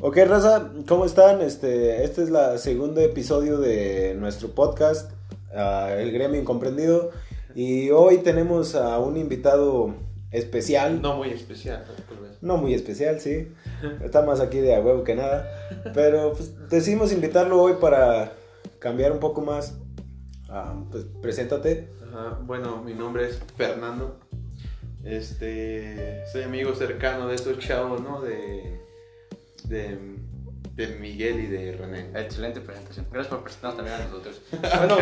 Ok, raza, ¿cómo están? Este, este es el segundo episodio de nuestro podcast, ah, El Gremio Incomprendido. Y hoy tenemos a un invitado especial. No muy especial, ¿no? Tal vez. No muy especial, sí. Está más aquí de a huevo que nada. Pero pues, decidimos invitarlo hoy para cambiar un poco más. Ah, pues preséntate. Ajá, Bueno, mi nombre es Fernando. Este, soy amigo cercano de estos chavos, ¿no? De, de, de Miguel y de René. Excelente presentación. Gracias por presentarnos también a nosotros. Bueno,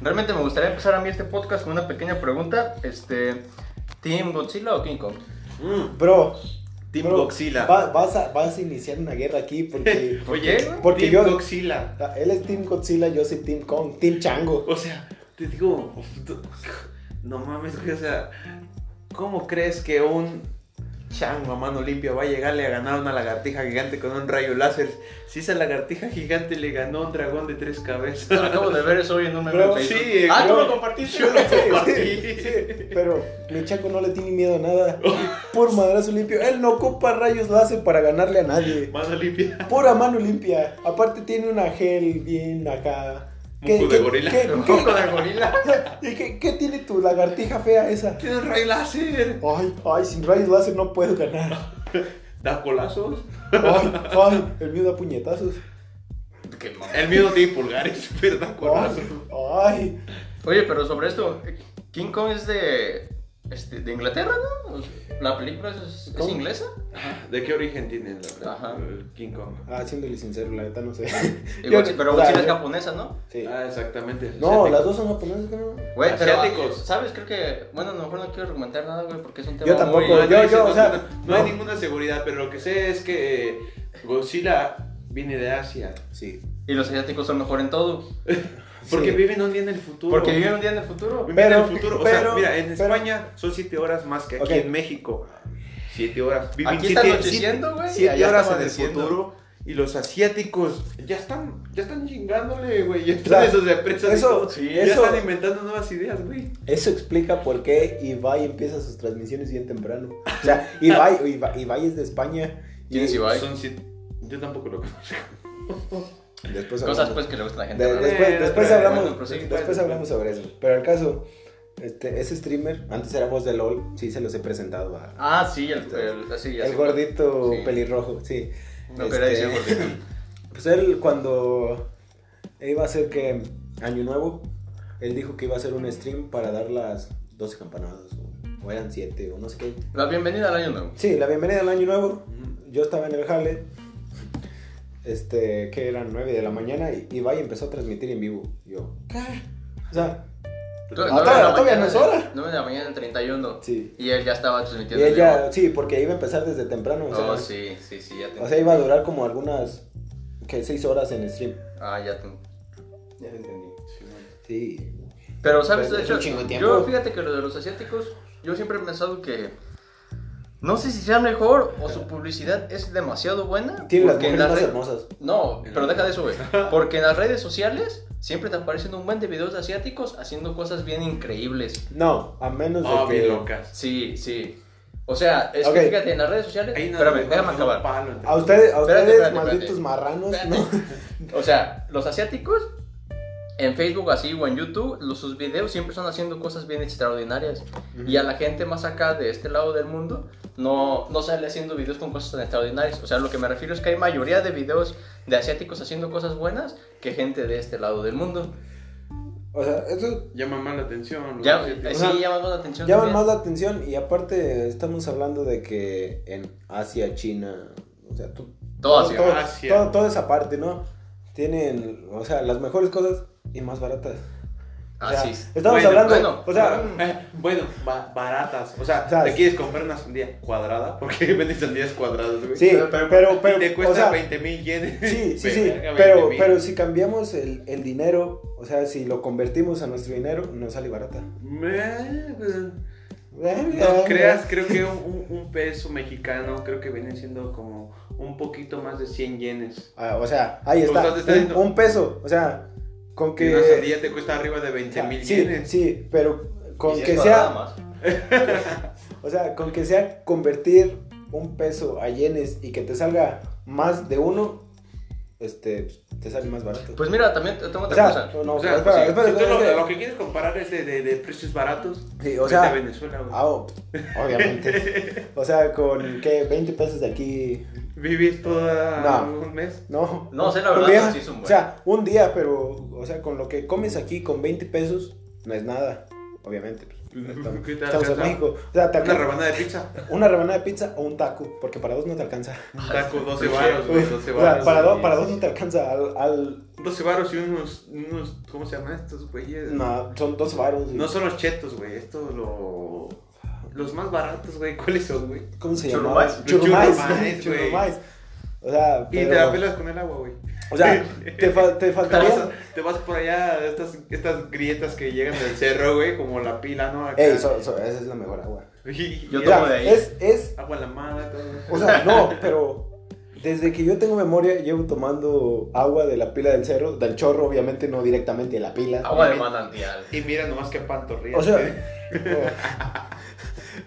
realmente me gustaría empezar a mí este podcast con una pequeña pregunta. Este, ¿Team Godzilla o King Kong? Mm, Bro, Team bro, Godzilla. va- vas, a, vas a iniciar una guerra aquí porque Oye, Porque Team yo- Godzilla. ah, él es Team Godzilla, yo soy Team Kong, Team Chango. O sea, te digo, no mames, güey, o sea, ¿cómo crees que un chango a mano limpia va a llegarle a ganar a una lagartija gigante con un rayo láser? Si esa lagartija gigante le ganó a un dragón de tres cabezas. Lo acabo de ver eso hoy en un meme Bro, de Facebook. sí, eh, Ah, tú bro. lo compartiste. Yo lo compartí. Sí, sí, pero mi Chaco no le tiene miedo a nada. Por madrazo limpio. Él no ocupa rayos láser para ganarle a nadie. Mano limpia. Pura mano limpia. Aparte tiene una gel bien acá. Moco de gorila. qué- Un qué- poco de gorila. ¿Y qué, qué tiene tu lagartija fea esa? Tiene un rayo láser. Ay, ay, sin rayos láser no puedo ganar. Da colazos. Ay, ay, el mío da puñetazos. Qué mamá. El mío no tiene pulgares, pero da colazos. Ay, ay. Oye, pero sobre esto, King Kong es de, este, de Inglaterra, ¿no? La película es, es ¿Cómo? inglesa. ¿De qué origen tiene la- Ajá. el King Kong? Ah, siéndole sincero, la neta no sé. Y Yo- Godzilla- pero o sea, Godzilla es yo- japonesa, ¿no? sí. Ah, exactamente. No, las dos son japonesas, ¿no? Güey, pero, Asiáticos. ¿Sabes? Creo que. Bueno, a lo mejor no quiero argumentar nada, güey, porque es un tema. Yo tampoco, muy- yo- yo, o sea, no, no. hay ninguna seguridad, pero lo que sé es que Godzilla viene de Asia. Sí. Y los asiáticos son mejor en todo. Porque Sí. viven un día en el futuro. Porque viven un día en el futuro. Viven Pero- en el futuro. o pero- sea, mira, en pero- España son 7 horas más que aquí Ok. en México. 7 horas. Viven Aquí siete- está anocheciendo, güey. y siete allá horas está en el amaneciendo. futuro. Y los asiáticos ya están, ya están chingándole, güey. Ya O sea, están en sus empresas. y eso- todo. sí, ya eso- están inventando nuevas ideas, güey. Eso explica por qué Ibai empieza sus transmisiones bien temprano. O sea, Ibai, Ibai, Ibai es de España. ¿Quién es Ibai? Son siete- Yo tampoco lo conozco. Después Cosas hablamos- pues que le gusta a la gente. de- ¿verdad? después Eh, después otra- hablamos, bueno, prosigue, después bueno. hablamos sobre eso. Pero al caso, este, ese streamer, antes era voz de LOL, sí se los he presentado a... Ah, sí, el, el, así, ya el sé. gordito Sí. pelirrojo, sí. No quería decir Este, gordito. Pues él cuando iba a hacer que Año Nuevo, él dijo que iba a hacer un stream para dar las 12 campanadas, o, o eran 7, o no sé qué. La bienvenida al año nuevo. Sí, la bienvenida al Año Nuevo, yo estaba en el jale, este, que eran 9 de la mañana, y Ibai empezó a transmitir en vivo. Yo, ¿qué? O sea, Nueve todavía- de la todavía mañana, no es hora. 9 de la mañana, el 31. sí. Y él ya estaba Y transmitiendo. en ella, vivo. sí, porque iba a empezar desde temprano. O sea, Oh, sí, sí, sí, ya te. o sea, iba a durar como algunas, que 6 horas en stream. Ah, ya te. Ya entendí. Sí. Pero, ¿sabes? Pero De es un hecho, chingo de tiempo. yo fíjate que lo de los asiáticos, yo siempre he pensado que. No sé si sea mejor o su publicidad es demasiado buena. Tiene las porque en mujeres más red- hermosas. No, pero deja de eso, güey. Porque en las redes sociales siempre te aparecen un buen de videos de asiáticos haciendo cosas bien increíbles. No, a menos de Ah, Oh, que... bien locas. Sí, sí. O sea, es Ok. que fíjate, en las redes sociales. Ahí no- Espérame, no- déjame no acabar. palo entre- A ustedes, a ustedes Espérate, espérate, malditos espérate. marranos, Espérate. O sea, los asiáticos en Facebook así o en YouTube, los, sus videos siempre están haciendo cosas bien extraordinarias. Ujú. Y a la gente más acá de este lado del mundo no, no sale haciendo videos con cosas tan extraordinarias. O sea, lo que me refiero es que hay mayoría de videos de asiáticos haciendo cosas buenas que gente de este lado del mundo. ¿no? O sea, eso Llama más la atención. los Ya, eh, asiáticos. sí, llaman más la atención. llaman también. más la atención y aparte estamos hablando de que en Asia, China, o sea, tú- Todo así. todo, Asia. todo- toda esa parte, ¿no? Tienen, o sea, las mejores cosas y más baratas. O sea, Así. Estamos Ah, Bueno, hablando, bueno, o sea, bueno. Eh, bueno, ba- baratas. O sea, Mm. O sea, te es- quieres comprar una sandía cuadrada. Porque venden sandías cuadradas, güey. sí, pero, pero, Y te cuesta o sea, 20 mil yenes. Sí, sí, sí, Verga, pero, 20,000. pero si cambiamos el, el dinero, o sea, si lo convertimos a nuestro dinero, nos sale barata. Eh, No creas, creo que un, un- un peso mexicano, creo que vienen siendo como un poquito más de 100 yenes. Ah, o sea, ahí O está. sea, te está un- diciendo- un, peso. O sea, con Que una que. Ah, sandía te cuesta arriba de 20 mil sí, yenes. sí, pero Y con si es que cuadrada sea. más. O sea, con que sea convertir un peso a yenes y que te salga más de uno, este, pues, te sale más barato. Pues mira, también tengo o otra sea, cosa. no, no, O sea, pues, espera, si- espera, si tú espera, lo, espera. lo que quieres comparar es de, de- de precios baratos, Sí, o vete sea, a Venezuela, güey. ah, oh, obviamente. O sea, con qué 20 pesos de aquí, ¿Vivís todo No. un mes? no. No, sé la verdad, Un día, pero sí es un buen. O sea, un día, pero o sea, con lo que comes aquí con 20 pesos no es nada, obviamente. pues, Estamos, ¿Qué te estamos en alcanza? México. O sea, te Una alcanza- rebanada de pizza, una rebanada de pizza o un taco, porque para dos no te alcanza. un taco, Este, 12 Sí. baros, O güey, 12 sea, baros. para, dos, sí, para sí. dos no te alcanza al... al 12 baros y unos, unos, ¿cómo se llaman estos güeyes? no, son dos varos. güey. No son los chetos, güey, estos lo... Los más baratos, güey, ¿cuáles son, güey? ¿Cómo se llama? Churrumais. Churrumais. Churrumais, güey. Churrumais. O sea, Y te pero- la pelas con el agua, güey. o sea, te, fa- te Te vas, faltaría... te vas por allá a estas, estas grietas que llegan del cerro, güey, como la pila, ¿no? Acá. Ey, so- so- esa es la mejor agua. Y- Yo O y tomo sea, de ahí. Es, es, Agua la mala, todo. o sea, no, pero desde que yo tengo memoria llevo tomando agua de la pila del cerro, del chorro, obviamente, no directamente de la pila. Agua de manantial. Y mira nomás que pantorrilla. O sea, eh,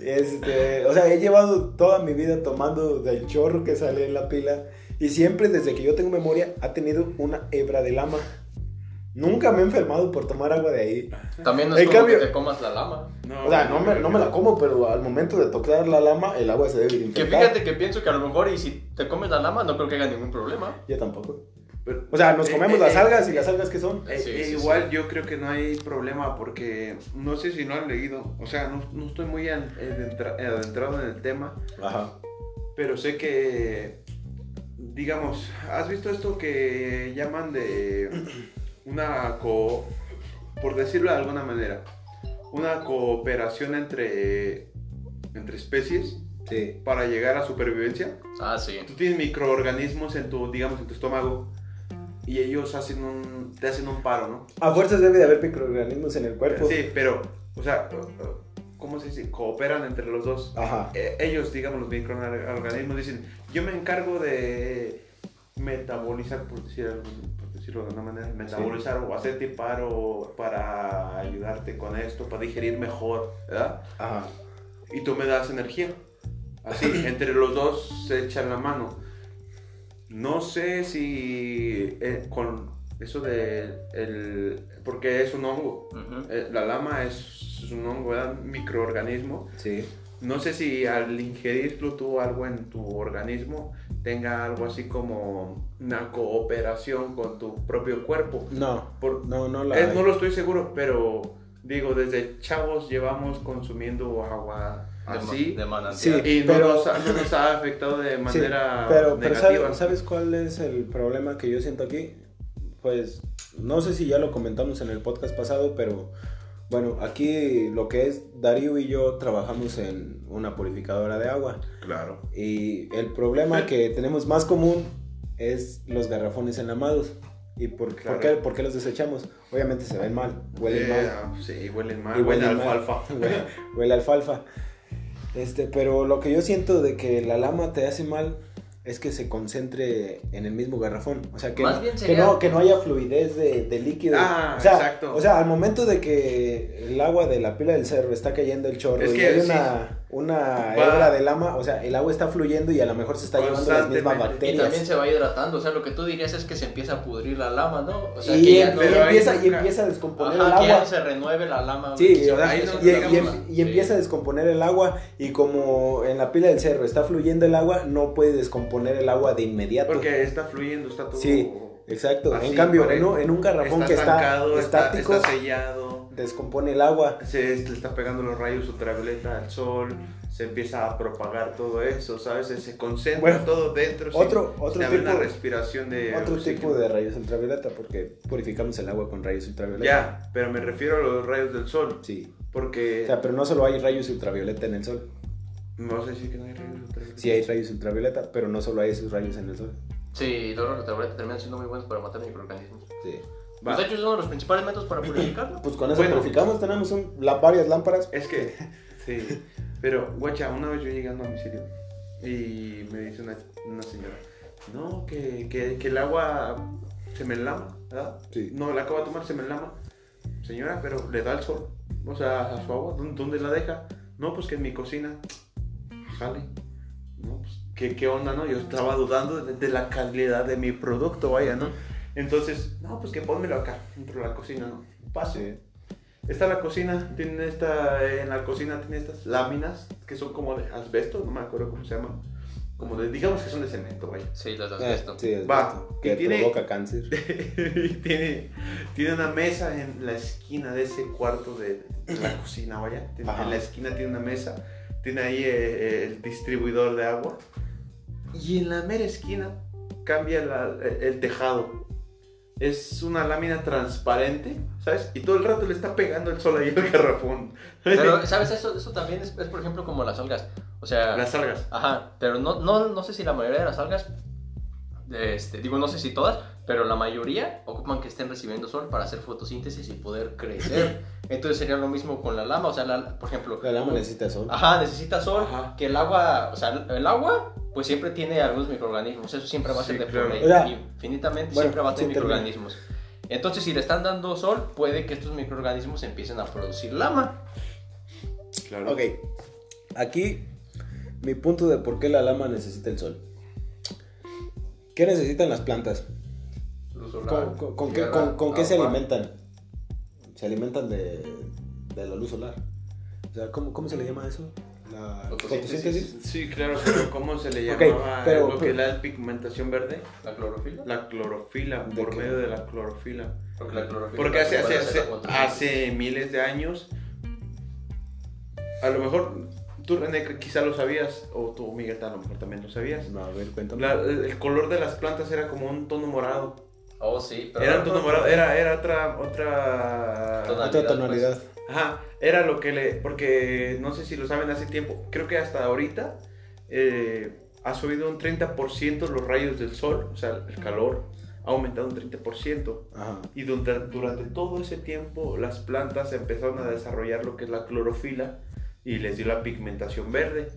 este, o sea, he llevado toda mi vida tomando del chorro que sale en la pila y siempre desde que yo tengo memoria ha tenido una hebra de lama. Nunca me he enfermado por tomar agua de ahí. También no es En como cambio- que te comas la lama. no, O sea, no me, no me la como, pero al momento de tocar la lama, el agua se debe de Que infectar. fíjate que pienso que a lo mejor y si te comes la lama no creo que haya ningún problema. Yo tampoco. Pero- O sea, nos comemos Eh, las eh, algas y eh, las algas que son. eh, Sí, eh, sí, igual yo creo que no hay problema porque no sé si no han leído, o sea, no, no estoy muy an- adentra- adentrado en el tema, Ajá. pero sé que, digamos, ¿has visto esto que llaman de una co... por decirlo de alguna manera, una cooperación entre, entre especies Sí. para llegar a supervivencia? Ah, sí. tú tienes microorganismos en tu, digamos, en tu estómago y ellos hacen un, te hacen un paro, ¿no? A fuerzas debe de haber microorganismos en el cuerpo. Sí, pero, o sea, ¿cómo se dice? Cooperan entre los dos. Ajá. Eh, ellos, digamos, los microorganismos dicen, yo me encargo de metabolizar, por, decir algún- por decirlo de una manera, metabolizar o hacerte paro para ayudarte con esto, para digerir mejor, ¿verdad? Ajá. y tú me das energía. Así, entre los dos se echan la mano. No sé si eh, con eso de el, porque es un hongo. Ujú. Eh, La lama es, es un hongo, ¿verdad? microorganismo. Sí. No sé si al ingerirlo tú algo en tu organismo tenga algo así como una cooperación con tu propio cuerpo. No. Por, No, no la. eh, no lo estoy seguro, pero digo, desde chavos llevamos consumiendo agua De ma- así. De Ah, Sí, manantial. y no, pero- nos ha, no nos ha afectado de Sí, manera pero, pero negativa. ¿sabes, sabes cuál es el problema que yo siento aquí? Pues no sé si ya lo comentamos en el podcast pasado, pero bueno, aquí lo que es Darío y yo trabajamos en una purificadora de agua Claro. y el problema que tenemos más común es los garrafones enlamados. ¿Y por, por Claro. qué, por qué los desechamos? Obviamente se ven mal, huelen mal. Eh, ah, Sí, huelen mal. Y huele huelen mal. alfalfa. Huele, huele a alfalfa. Este, pero lo que yo siento de que la lama te hace mal es que se concentre en el mismo garrafón. O sea, que, Más no, bien que sería- no, que no haya fluidez de, de líquido. Ah, o sea, exacto. O sea, al momento de que el agua de la pila del cerro está cayendo el chorro Es y que hay sí. una, una Va. hebra de lama, o sea, el agua está fluyendo y a lo mejor se está llevando las mismas Constantemente. Y bacterias. también se va hidratando, o sea, lo que tú dirías es que se empieza a pudrir la lama, ¿no? O sea, Y que ya em- no... y pero ahí empieza, y nunca- empieza a descomponer Ajá, que el ya agua. no se renueve la lama. Sí, güey. o sea, ahí Eso no- es y, em- una y- cosa. y empieza a descomponer el agua y como en la pila del cerro está fluyendo el agua, no puede descomponer el agua de inmediato. Porque está fluyendo, está todo. Sí, Exacto. Así, en cambio, en parejo. un, en un garrafón está que está estancado, está, estático, está sellado. descompone el agua. Se le está pegando los rayos ultravioleta al sol. Se empieza a propagar todo eso, ¿sabes? Se- Se concentra Bueno, todo dentro. sin- otro- otro sin haber una tipo- respiración de. Otro oxígeno. tipo de rayos ultravioleta, porque purificamos el agua con rayos ultravioleta. Ya, pero me refiero a los rayos del sol, Sí. porque O sea, pero no solo hay rayos ultravioleta en el sol. me vas a decir que no hay rayos del sol. Sí hay rayos ultravioleta, pero no solo hay esos rayos en el sol. Sí, los ultravioletas terminan siendo muy buenos para matar microorganismos. Sí. Va. Pues de hecho es uno de los principales métodos para purificarlo. Pues con eso Bueno. purificamos, tenemos un- la- varias lámparas. Es que, sí, pero, guacha, una vez yo llegando a mi sitio y me dice una, una señora, no, que, que, que el agua se me enlama, ¿verdad? Sí. No, la acabo de tomar, se me enlama. Señora, pero le da el sol, o sea, a su agua, ¿dó- ¿dónde la deja? No, pues que en mi cocina, jale. ¿no? Pues, ¿qué, qué onda, no? Yo estaba dudando de, de la calidad de mi producto, vaya, ¿no? Entonces, no, pues que pónmelo acá, dentro de la cocina, ¿no? Paso. Sí. Está la cocina, tiene esta, eh, en la cocina tiene estas láminas que son como de asbesto, no me acuerdo cómo se llaman. Como de, digamos que son de cemento, vaya. Sí, los dos Eh, esto. sí, es Va, esto, que Que tiene- provoca cáncer. Y tiene, tiene una mesa en la esquina de ese cuarto de de la cocina, vaya. Tiene- Ajá. en la esquina tiene una mesa, tiene ahí eh, eh, el distribuidor de agua. Y en la mera esquina cambia la- eh, el tejado. Es una lámina transparente, ¿sabes? Y todo el rato le está pegando el sol ahí al garrafón. Pero, ¿sabes? Eso, eso también es, es, por ejemplo, como las algas. O sea, Las algas. ajá, pero no, no, no sé si la mayoría de las algas, este, digo, no sé si todas, pero la mayoría ocupan que estén recibiendo sol para hacer fotosíntesis y poder crecer. Entonces sería lo mismo con la lama, o sea, la- por ejemplo... La lama necesita sol. Ajá, necesita sol, Ajá. que el agua, o sea, el agua pues siempre tiene algunos microorganismos, eso siempre va a ser Sí, de claro. por ley, O sea, infinitamente bueno, siempre va a sí, tener termina. microorganismos. Entonces, si le están dando sol, puede que estos microorganismos empiecen a producir lama. Claro. Ok, aquí mi punto de por qué la lama necesita el sol. ¿Qué necesitan las plantas? ¿Con, con- con qué, con- con qué se alimentan? Se alimentan de, de la luz solar. O sea, ¿cómo, cómo se le llama eso? La Fotosíntesis. fotosíntesis. Sí, claro, pero ¿cómo se le Ok, llamaba pero- pues lo que la pigmentación verde? La clorofila. La clorofila, ¿De por qué? medio de la clorofila. Porque la clorofila. Porque hace, hace, puede hace, ah, hacer la hace miles de años, a lo mejor tú René quizá lo sabías, o tú Miguel a lo mejor también lo sabías. No, a ver, cuéntame. La- el color de las plantas era como un tono morado. Oh, sí, pero. Era un tono morado, era, era otra, otra... Toda- Otra tonalidad, tonalidad. Ajá, era lo que le... Porque no sé si lo saben hace tiempo, creo que hasta ahorita eh, ha subido un 30% los rayos del sol, o sea, el calor ha aumentado un 30%. Ajá. Y durante, durante todo ese tiempo las plantas empezaron a desarrollar lo que es la clorofila y les dio la pigmentación verde.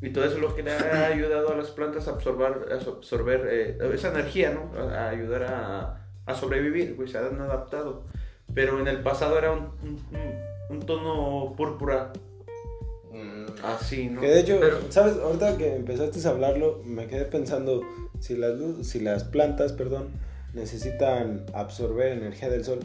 Y todo eso es lo que le ha ayudado a las plantas a absorber, a absorber eh, esa energía, ¿no? A, a ayudar a, a sobrevivir, pues se han adaptado. Pero en el pasado era un, un- un- un tono púrpura, Mm, así, ¿no? Que de hecho, Pero- ¿sabes? Ahorita que empezaste a hablarlo, me quedé pensando si las, lu- si las plantas, perdón, necesitan absorber energía del sol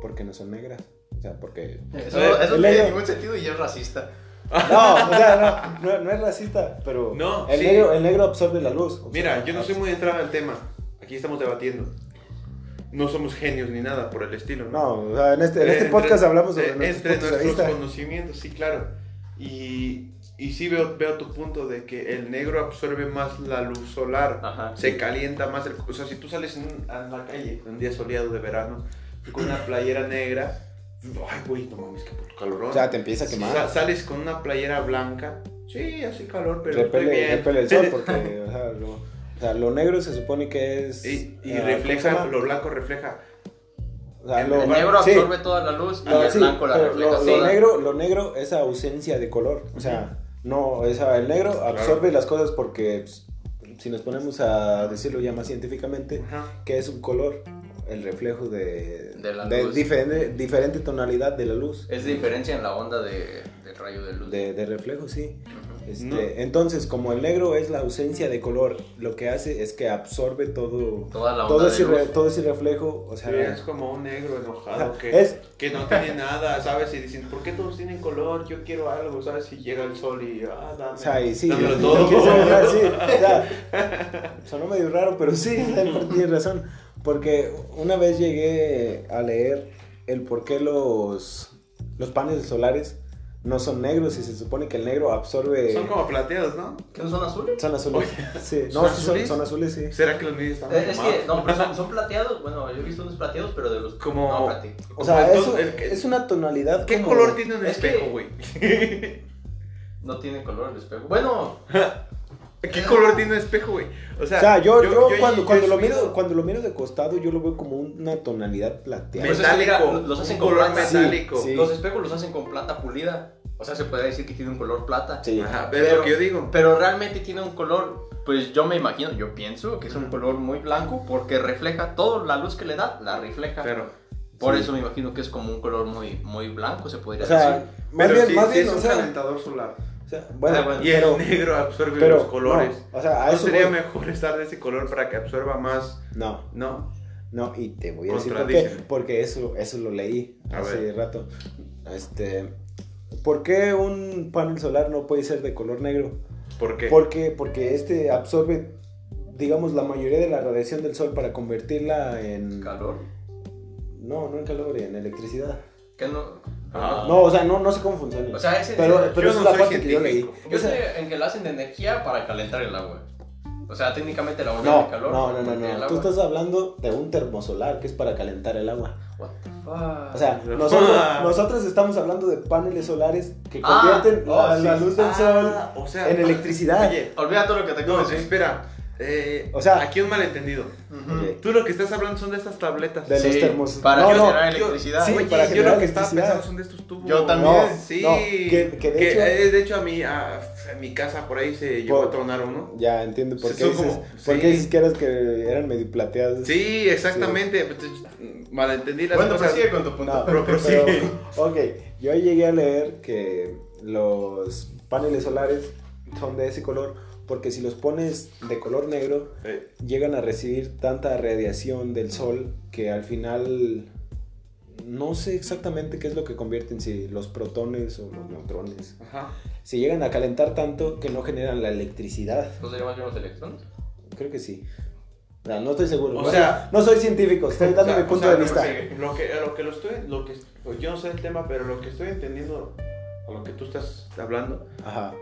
porque no son negras. O sea, porque... Eso, Eh, eso no Leo. tiene ningún sentido y es racista. No, o sea, no, no, no es racista, pero No, el, sí. negro, el negro absorbe la luz. O Mira, sea, yo no soy muy entrada al tema. Aquí estamos debatiendo. No somos genios ni nada por el estilo, ¿no? No, o sea, en este, en este Entre- podcast hablamos sobre eh, nuestros entre puntos de nuestros vista. conocimientos, sí, claro. Y, y sí veo, veo tu punto de que el negro absorbe más la luz solar, Ajá. se calienta más. El, o sea, si tú sales en, un- a la calle un día soleado de verano con una playera negra, ay, güey, no mames, qué puto calorón. O sea, te empieza a Si quemar. sa- sales con una playera blanca, sí, hace calor, pero repele, estoy bien. repele el sol pues. porque, o sea, lo, o sea, lo negro se supone que es... Y, y ah, ¿cómo se refleja, llama? lo blanco refleja. O sea, el lo- El negro sí. absorbe toda la luz y No, el sí, blanco la pero refleja lo, lo toda. negro, lo negro es ausencia de color. O sea, no, o sea, el negro absorbe las cosas porque pues, si nos ponemos a decirlo ya más científicamente, Ajá. que es un color, el reflejo de, De la luz. diferente, diferente tonalidad de la luz. Es diferencia en la onda de, del rayo de luz. De, de reflejo, sí. Ujú. Este, No. Entonces, como el negro es la ausencia de color, lo que hace es que absorbe todo, Toda la onda todo, de ese, re- luz. todo ese reflejo. O sea, Sí, es como un negro enojado Ajá, que, es- que no tiene nada, ¿sabes? Y dicen, ¿por qué todos tienen color? Yo quiero algo, ¿sabes? Y llega el sol y, ah, dame, O sea, y sí, dámelo lo- todo. lo quieres agarrar, sí, o sea, sonó medio raro, pero sí, o sea, tienes razón. Porque una vez llegué a leer el por qué los, los paneles solares no son negros y se supone que el negro absorbe... Son como plateados, ¿no? ¿Que no son azules? Son azules. Sí, ¿son no, sí, son, azules? son azules, sí. ¿Será que los niños están Eh, Es, es que, quemados? no, pero son, son plateados. Bueno, yo he visto unos plateados, pero de los. Como- No, plateados. O sea, Entonces, eso- el que- es una tonalidad ¿Qué como- color tiene un es que- espejo, güey? No tiene color el espejo. Bueno, ¿Qué color tiene un espejo, güey? O sea, O sea, yo, yo, yo- cuando, yo cuando, he lo subido- miro, cuando lo miro de costado, yo lo veo como una tonalidad plateada. Me- Pues es que mira, Metálico, los hacen un con color plantas. Sí, metálico. sí. los espejos los hacen con plata pulida. O sea, se podría decir que tiene un color plata. Sí. Ajá, es lo que yo digo. Pero realmente tiene un color. Pues yo me imagino, yo pienso que es un color muy blanco porque refleja todo la luz que le da, la refleja. Pero, Por sí. eso me imagino que es como un color muy, muy blanco, se podría O sea, decir. más pero bien, sí, más sí bien, es o un sea, calentador solar. O sea, bueno, Ah, bueno, y el pero, negro absorbe pero los colores. no, o sea, a ¿No eso sería voy. mejor estar de ese color para que absorba más? No, No. no, y te voy a decir por qué. Contradíceme. Porque eso, eso lo leí A hace ver. rato. Este, ¿Por qué un panel solar no puede ser de color negro? ¿Por qué? Porque, porque este absorbe, digamos, la mayoría de la radiación del sol para convertirla en... Calor. No, no en calor, en electricidad. ¿Qué no? Ah. No, o sea, no, no sé cómo funciona. O sea, ese- pero yo pero esa es no la soy parte que yo leí. científico. Yo O sea, sé en que lo hacen de energía para calentar el agua. O sea, técnicamente la bomba no, de calor. no, no, no, el no. agua. Tú estás hablando de un termosolar que es para calentar el agua. What the fuck? O sea, No. nosotros, Ah. nosotros estamos hablando de paneles solares que Ah, convierten la, oh, sí, la sí. luz del Ah, sol. o sea, en electricidad. Oye, olvida todo lo que te acabo no, de decir. espera. Eh, O sea- aquí un malentendido. Ujú. Oye, Tú lo que estás hablando son de estas tabletas. De Sí, los termos. Para No, no, generar yo- electricidad. sí, Oye, para yo generar lo que estaba electricidad. pensando son de estos tubos. Yo también, sí. no, que- que de hecho- eh, de hecho a mí, a, en mi casa por ahí se llegó Por- a tronar uno. Ya entiendo por Sí, qué son dices, como- por sí. qué dices que eras que eran medio plateadas. Sí, exactamente. Pues, Malentendí las Bueno, cosas. pues prosigue con tu punto. No, Pero pero- prosigue. ok, yo llegué a leer que los paneles solares son de ese color porque si los pones de color negro Eh, llegan a recibir tanta radiación del sol que al final no sé exactamente qué es lo que convierten, si los protones o los neutrones. Ajá. Si llegan a calentar tanto que no generan la electricidad. ¿No se llaman los electrones? Creo que sí. No, no estoy seguro. O Bueno, sea- no soy científico, estoy dando O sea, mi punto o sea, de lo vista. que- Lo que, lo que lo estoy, lo que, pues, yo no sé el tema, pero lo que estoy entendiendo, o lo que tú estás hablando, Ajá.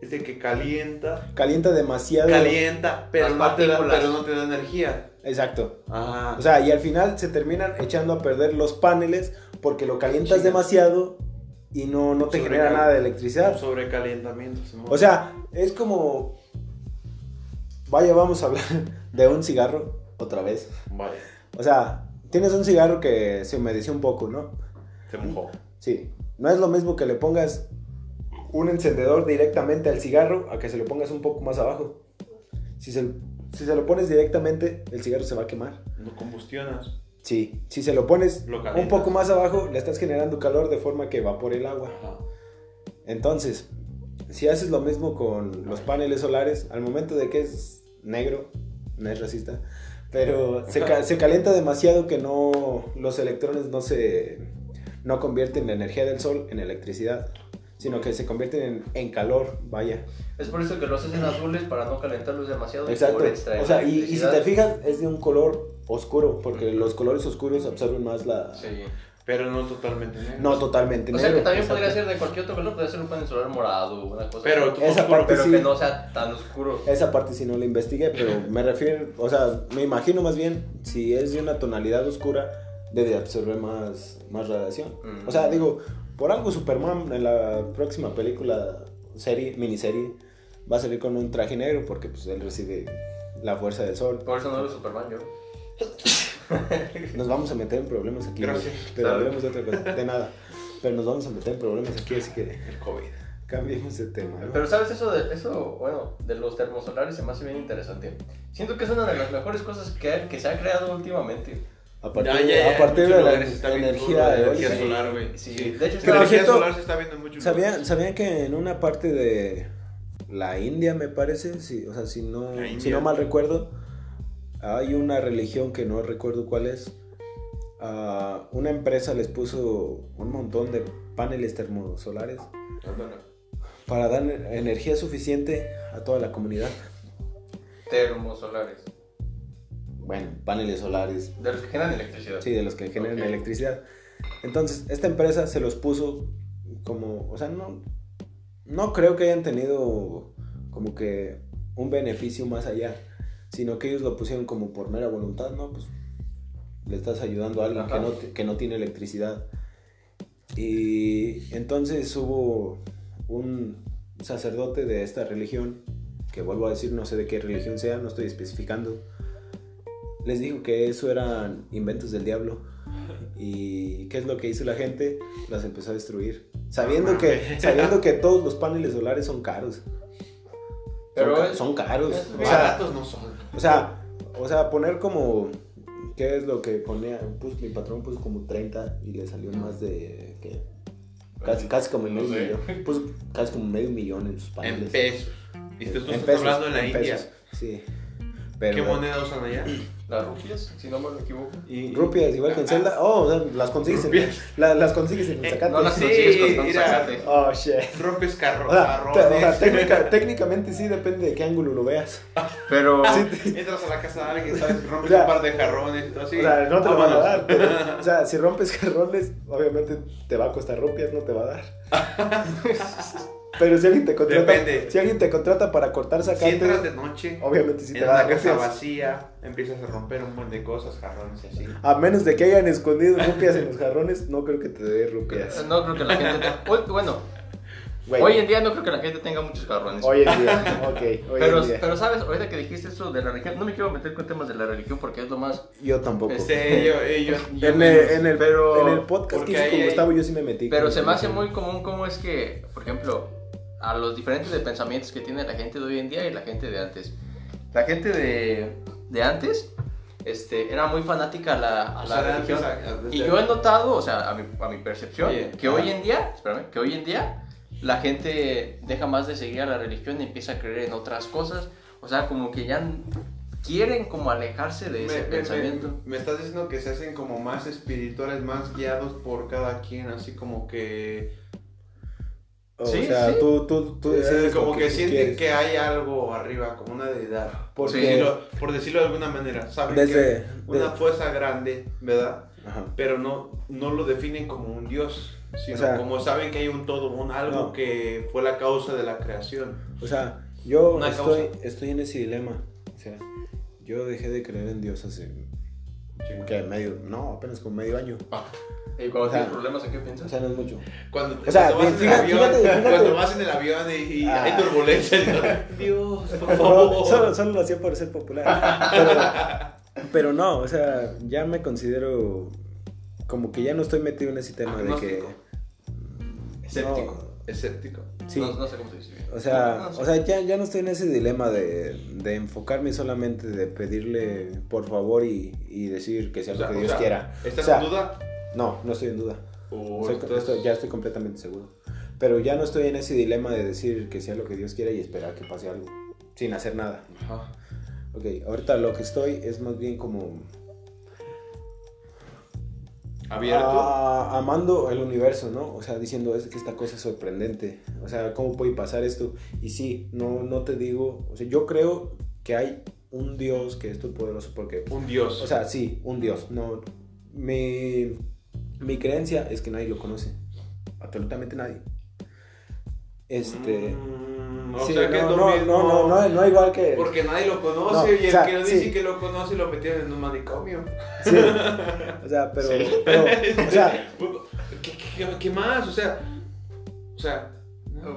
es de que calienta, Calienta demasiado. calienta, pero Las no, te da, partículas. pero no te da energía. Exacto. Ah, O sea, y al final se terminan echando a perder los paneles porque lo calientas Chinga. demasiado y no, no te Sobre- genera nada de electricidad. sobrecalentamiento. O sea, es como. Vaya, vamos a hablar de un cigarro otra vez. vale, O sea, tienes un cigarro que se humedeció un poco, ¿no? se mojó. Sí. No es lo mismo que le pongas un encendedor directamente al cigarro a que se lo pongas un poco más abajo. Si se, si se lo pones directamente, el cigarro se va a quemar. No combustionas. Sí. Si se lo pones Lo un calientas. poco más abajo, le estás generando calor de forma que evapore el agua. Ajá. Entonces, si haces lo mismo con los paneles solares, al momento de que es negro, no es racista, pero se, ca- se calienta demasiado que no los electrones no se no convierten la energía del sol en electricidad, sino que se convierten en, en calor, vaya. Es por eso que lo haces en azules para no calentarlos demasiado y Exacto. por extraer O sea, y, y si electricidad. te fijas es de un color oscuro, porque los colores oscuros absorben más la Sí. Pero no totalmente negro. no totalmente O negro. sea que también exacto. podría ser de cualquier otro color, podría ser un panel solar morado, una cosa Pero así. tú Esa oscuro, parte pero sí. que no sea tan oscuro. Esa parte sí no la investigué, pero me refiero, o sea, me imagino más bien, si es de una tonalidad oscura, debe de absorber más, más radiación. Mm. O sea, digo, por algo Superman en la próxima película, serie, miniserie, va a salir con un traje negro porque pues él recibe la fuerza del sol. Por eso no lo Superman yo. Nos vamos a meter en problemas aquí. Gracias. güey, Pero Salud. hablemos de otra cosa, de nada. Pero nos vamos a meter en problemas aquí, así que El COVID. cambiemos de tema. ¿no? Pero sabes eso de eso, bueno, de los termosolares se me hace bien interesante. Siento que es una de las mejores cosas que, que se ha creado últimamente. A partir, Ya, ya, ya, a partir en de muchos la lugares está bien energía duro la eólica. energía Sí, solar, güey. sí. De hecho, que la por energía cierto, solar se está viendo en muchos ¿Sabían, ¿Sabían que en una parte de la India, me parece, si, o sea, si no, La India. si no mal recuerdo, hay una religión que no recuerdo cuál es. ah, una empresa les puso un montón de paneles termosolares lugares. para dar energía suficiente a toda la comunidad. Termosolares. Bueno, paneles solares, De los que generan electricidad. Sí, de los que generan Ok. electricidad. Entonces, esta empresa se los puso como, o sea, no, no creo que hayan tenido como que un beneficio más allá, sino que ellos lo pusieron como por mera voluntad, ¿no? Pues le estás ayudando a alguien que Ajá. no, te- que no tiene electricidad. Y entonces hubo un sacerdote de esta religión, que vuelvo a decir, no sé de qué religión sea, no estoy especificando, les dijo que eso eran inventos del diablo. ¿Y qué es lo que hizo la gente? Las empezó a destruir. Sabiendo, que, sabiendo que todos los paneles solares son caros. Pero son, ca- es- son caros. es O sea, Baratos no son. o sea, o sea, poner como. pues, ¿Qué es lo que ponía? Pues, mi patrón puso como 30 y le salió más de. ¿qué? Casi, casi como No medio sé. millón. Pues casi como medio millón en sus En países. pesos. Y tú, tú En estás pesos, hablando de la en India. pesos, Sí. ¿Qué Pero, moneda usan allá? Las rupias, si no me equivoco. Y- Rupias, igual que en Zelda. Oh, o sea, las consigues en, Rupias. la- las consigues en Eh, Zacate. No las Sí, consigues con tanto mira. zacate. Oh, shit. Rompes carro, O sea, te- o sea, carrones. técnica- técnicamente sí depende de qué ángulo lo veas. Pero. Entras a la casa de alguien, ¿sabes? Rompes O sea, un par de jarrones y todo así. O sea, no te lo van a Vámonos. dar. pero, o sea, si rompes jarrones, obviamente te va a costar rupias, no te va a dar. Pero si alguien te contrata, Depende. si alguien te contrata para cortar Si sacate, entras de noche, obviamente sí te en va a una dar casa rupias. vacía, empiezas a romper un montón de cosas, jarrones y así. A menos de que hayan escondido rupias en los jarrones, no creo que te dé rupias. No creo que la gente. Uy, Bueno, Güey, hoy en día no creo que la gente tenga muchos carrones. hoy en día, ok, hoy pero, en día. pero, ¿sabes? Ahorita que dijiste eso de la religión, no me quiero meter con temas de la religión porque es lo más. Yo tampoco. Este, yo, eh, yo, yo en, el, menos. en el- pero- en el podcast que porque hice ahí con hay- Gustavo, yo sí me metí. Pero con- se me hace muy común cómo es que, por ejemplo, a los diferentes de pensamientos que tiene la gente de hoy en día y la gente de antes. La gente de, de antes este, era muy fanática a la, a O la sea, de antes religión. a- desde- Y yo he notado, o sea, a mi, a mi percepción, Oye, que ajá. hoy en día, espérame, que hoy en día la gente deja más de seguir a la religión y empieza a creer en otras cosas. O sea, como que ya n- quieren como alejarse de me, ese me- pensamiento. me- me estás diciendo que se hacen como más espirituales, más guiados por cada quien, así como que. O Sí, sea, sí. tú, tú, tú decides como lo que, tú sienten quieres. que hay algo arriba, como una deidad. Por, Porque- decirlo, por decirlo de alguna manera, ¿sabes? Desde- Que una de- fuerza grande, ¿verdad? Ajá. Pero no, no lo definen como un dios, sino O sea- como saben que hay un todo, un algo No. que fue la causa de la creación. O sea, yo Una estoy, estoy en ese dilema. O sea, yo dejé de creer en Dios hace. ¿Qué? Medio. No, apenas como medio año. Y cuando O sea, tienes problemas, ¿en qué O piensas? sea, no es mucho. Cuando, O sea, cuando vas en el fíjate- avión, fíjate- fíjate. cuando vas en el avión y, y Ah. hay turbulencia, y todo, Dios, Solo, por favor. solo, solo lo hacía por ser popular. Pero, pero no, o sea, ya me considero. Como que ya no estoy metido en ese tema de que. mm, Agnóstico. Escéptico. Escéptico. Sí. No, no sé cómo se dice. O sea, No, no sé. o sea ya, ya no estoy en ese dilema de, de enfocarme solamente de pedirle por favor y, y decir que sea O sea, lo que o Dios sea, quiera. ¿Estás O sea, en duda? No, no estoy en duda. O Estoy- estás- estoy- ya estoy completamente seguro. Pero ya no estoy en ese dilema de decir que sea lo que Dios quiera y esperar que pase algo, sin hacer nada. Ajá. Ok, ahorita lo que estoy es más bien como ¿Abierto? ah, amando el universo, ¿no? O sea, diciendo es que esta cosa es sorprendente. O sea, ¿cómo puede pasar esto? Y sí, no, no te digo, o sea, yo creo que hay un Dios que es todo poderoso porque un dios. O sea, sí, un Dios. No, mi, mi creencia es que nadie lo conoce. Absolutamente nadie. Este. Mm, o sí, sea que es no, lo no, no, mismo, no, no, no igual que. Porque nadie lo conoce No, y el o sea, que lo sí. dice que lo conoce lo metieron en un manicomio. Sí. O sea, pero. pero, o sea, ¿Qué, qué- qué más? O sea, o sea,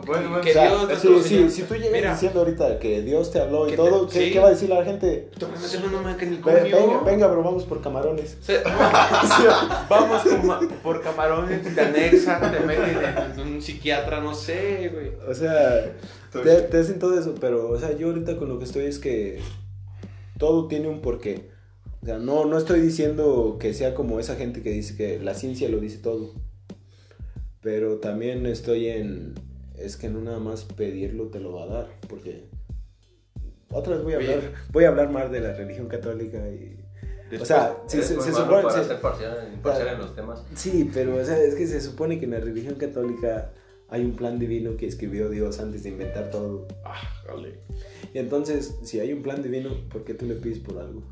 bueno, que o sea, Dios sí, nuestro sí, Señor- si tú llegas Mira. diciendo ahorita que Dios te habló y Que te- todo, ¿qué, sí. qué va a decir la gente? Tú me metes en un Ve- Venga, manicomio. venga, bro, vamos por camarones. O sea, vamos por, ma- por camarones, te anexan, te meten en, en un psiquiatra, no sé, güey. O sea, te, te hacen todo eso, pero, o sea, yo ahorita con lo que estoy es que todo tiene un porqué. O sea, no, no estoy diciendo que sea como esa gente que dice que la ciencia lo dice todo. Pero también estoy en. Es que no nada más pedirlo te lo va a dar, porque. Otra vez voy a Oye. hablar, voy a hablar más de la religión católica y. o sea, sí, Eres se, muy se malo supone. Para se- ser parcial, imparcial en los temas. Sí, pero o sea, es que se supone que en la religión católica hay un plan divino que escribió Dios antes de inventar todo. Ah, jale. Y entonces, si hay un plan divino, ¿por qué tú le pides por algo?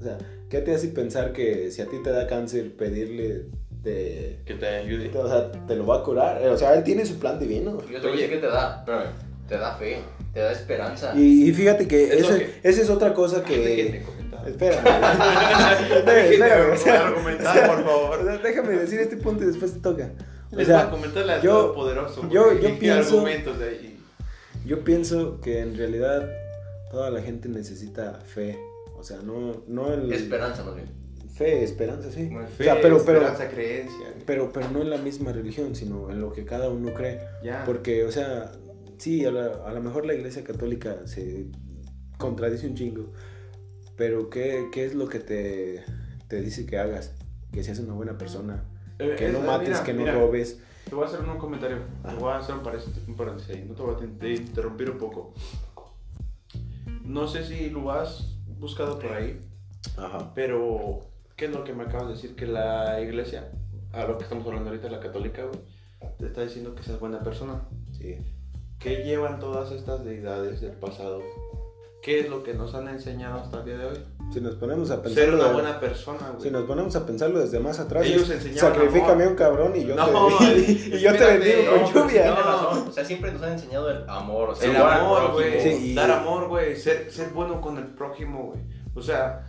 O sea, ¿qué te hace pensar que si a ti te da cáncer, pedirle te, que te ayude. te- o sea, te lo va a curar? Eh, O sea, él tiene su plan divino. Yo te voy a decir que te da, espérame, te da fe, te da esperanza. Y, y fíjate que Es lo esa- que- esa es otra cosa Déjenme que... comentar. Espérame. Espérame, espérame, o sea, Déjenme argumentar, por o favor. sea, déjame decir este punto y después te toca. O Les voy a sea, comentar la yo- yo, poderoso. yo- yo pienso- argumentos de ahí. Yo pienso que en realidad toda la gente necesita fe. O sea, no, no el... Esperanza, más bien. Fe, esperanza, sí. Bueno, o sea, pero, pero, esperanza, creencia. güey. pero, pero no en la misma religión, sino en lo que cada uno cree. Ya. Porque, o sea, sí, a la- a lo mejor la iglesia católica se contradice un chingo. Pero, ¿qué, qué es lo que te, te dice que hagas? Que seas una buena persona, Eh, que es- no ah, mates, mira, que no mira, robes, Te voy a hacer un comentario. Te voy a hacer un paréntesis, un paréntesis ahí. No te voy a te- te interrumpir un poco. No sé si lo has buscado por ahí, Ajá. pero ¿qué es lo que me acabas de decir? Que la iglesia, a lo que estamos hablando ahorita, la católica, güey, te está diciendo que seas buena persona. Sí. ¿Qué llevan todas estas deidades del pasado? ¿Qué es lo que nos han enseñado hasta el día de hoy? Si nos ponemos a pensar. Ser una buena persona, güey. Si nos ponemos a pensarlo desde más atrás, Ellos es, enseñaban sacrifícame amor. un cabrón y yo No, te, y yo te espérate, bendigo no, con lluvia. Tiene no. razón. O sea, siempre nos han enseñado el amor. O sea, El amor al amor, prójimo. güey. Sí, y- Dar amor, güey. Ser, ser bueno con el prójimo, güey. O sea,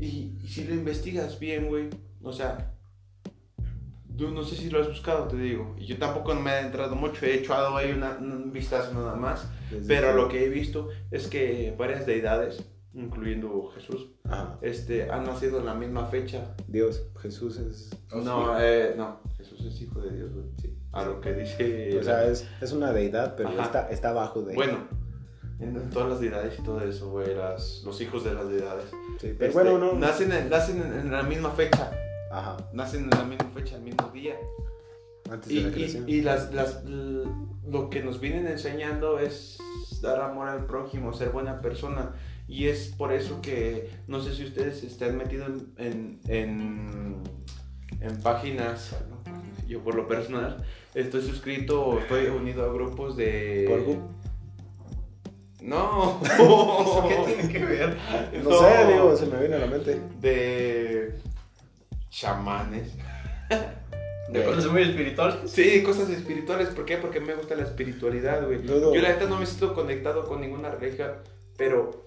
y, y si lo investigas bien, güey. O sea, yo no sé si lo has buscado, te digo. Y yo tampoco me he adentrado mucho. He echado ahí una, un vistazo nada más. Pero lo que he visto es que varias deidades, incluyendo Jesús, Ajá. este, han nacido en la misma fecha. Dios, Jesús es. No, eh, no. Jesús es hijo de Dios, güey. Sí. A lo que dice. O sea, es, es una deidad, pero Eh, Ajá. está, está abajo de. Bueno, en todas las deidades y todo eso, güey, las- los hijos de las deidades. Sí, pero Este, bueno, no. Nacen, en, nacen en, en la misma fecha, Ajá. nacen en la misma fecha, el mismo día. Antes Y, de la y, creación. y las, las, l- lo que nos vienen enseñando es dar amor al prójimo, ser buena persona. Y es por eso que no sé si ustedes están metidos en, en, en, en páginas. Yo por lo personal estoy suscrito, o estoy unido a grupos de... Por Gu- No. ¿Qué tiene que ver? No, sé, digo, se me viene a la mente. De chamanes. De Güey. cosas muy espirituales. Sí, cosas espirituales. ¿Por qué? Porque me gusta la espiritualidad, güey. Dudo. Yo la neta no me siento conectado con ninguna religión, pero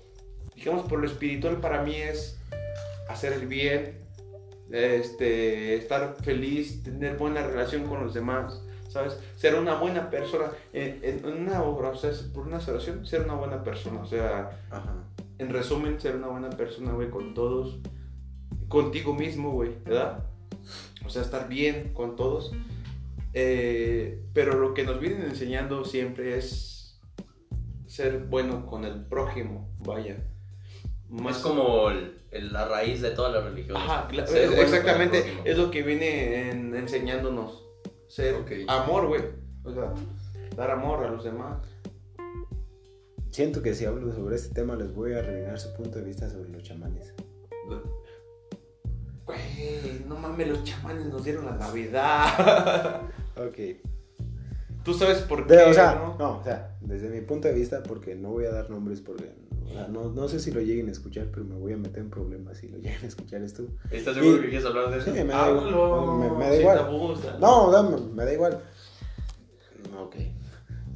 digamos por lo espiritual para mí es hacer el bien, este, estar feliz, tener buena relación con los demás, ¿sabes? Ser una buena persona en, en una obra, o sea, por una oración, ser una buena persona, o sea, Ajá. En resumen, ser una buena persona, güey, con todos. Contigo mismo, güey, ¿verdad? O sea, estar bien con todos. Eh, pero lo que nos vienen enseñando siempre es ser bueno con el prójimo, vaya. Es como el- el- la raíz de todas las religiones. Ajá, cla- eh, Ser bueno exactamente. con el prójimo. Es lo que viene en- enseñándonos. Ser Ok. amor, güey. O sea, dar amor a los demás. Siento que si hablo sobre este tema les voy a arruinar su punto de vista sobre los chamanes. Güey, no mames, los chamanes nos dieron la Navidad. Ok. Tú sabes por qué, De- o sea, ¿no? ¿no? o sea, desde mi punto de vista, porque no voy a dar nombres, porque o sea, no, no sé si lo lleguen a escuchar, pero me voy a meter en problemas si lo lleguen a escuchar esto. ¿Estás seguro Y- que quieres hablar de eso? Sí, me da igual. Háblalo, Me, me da sin igual. tabús, dale. No, o sea, me, me da igual. Ok.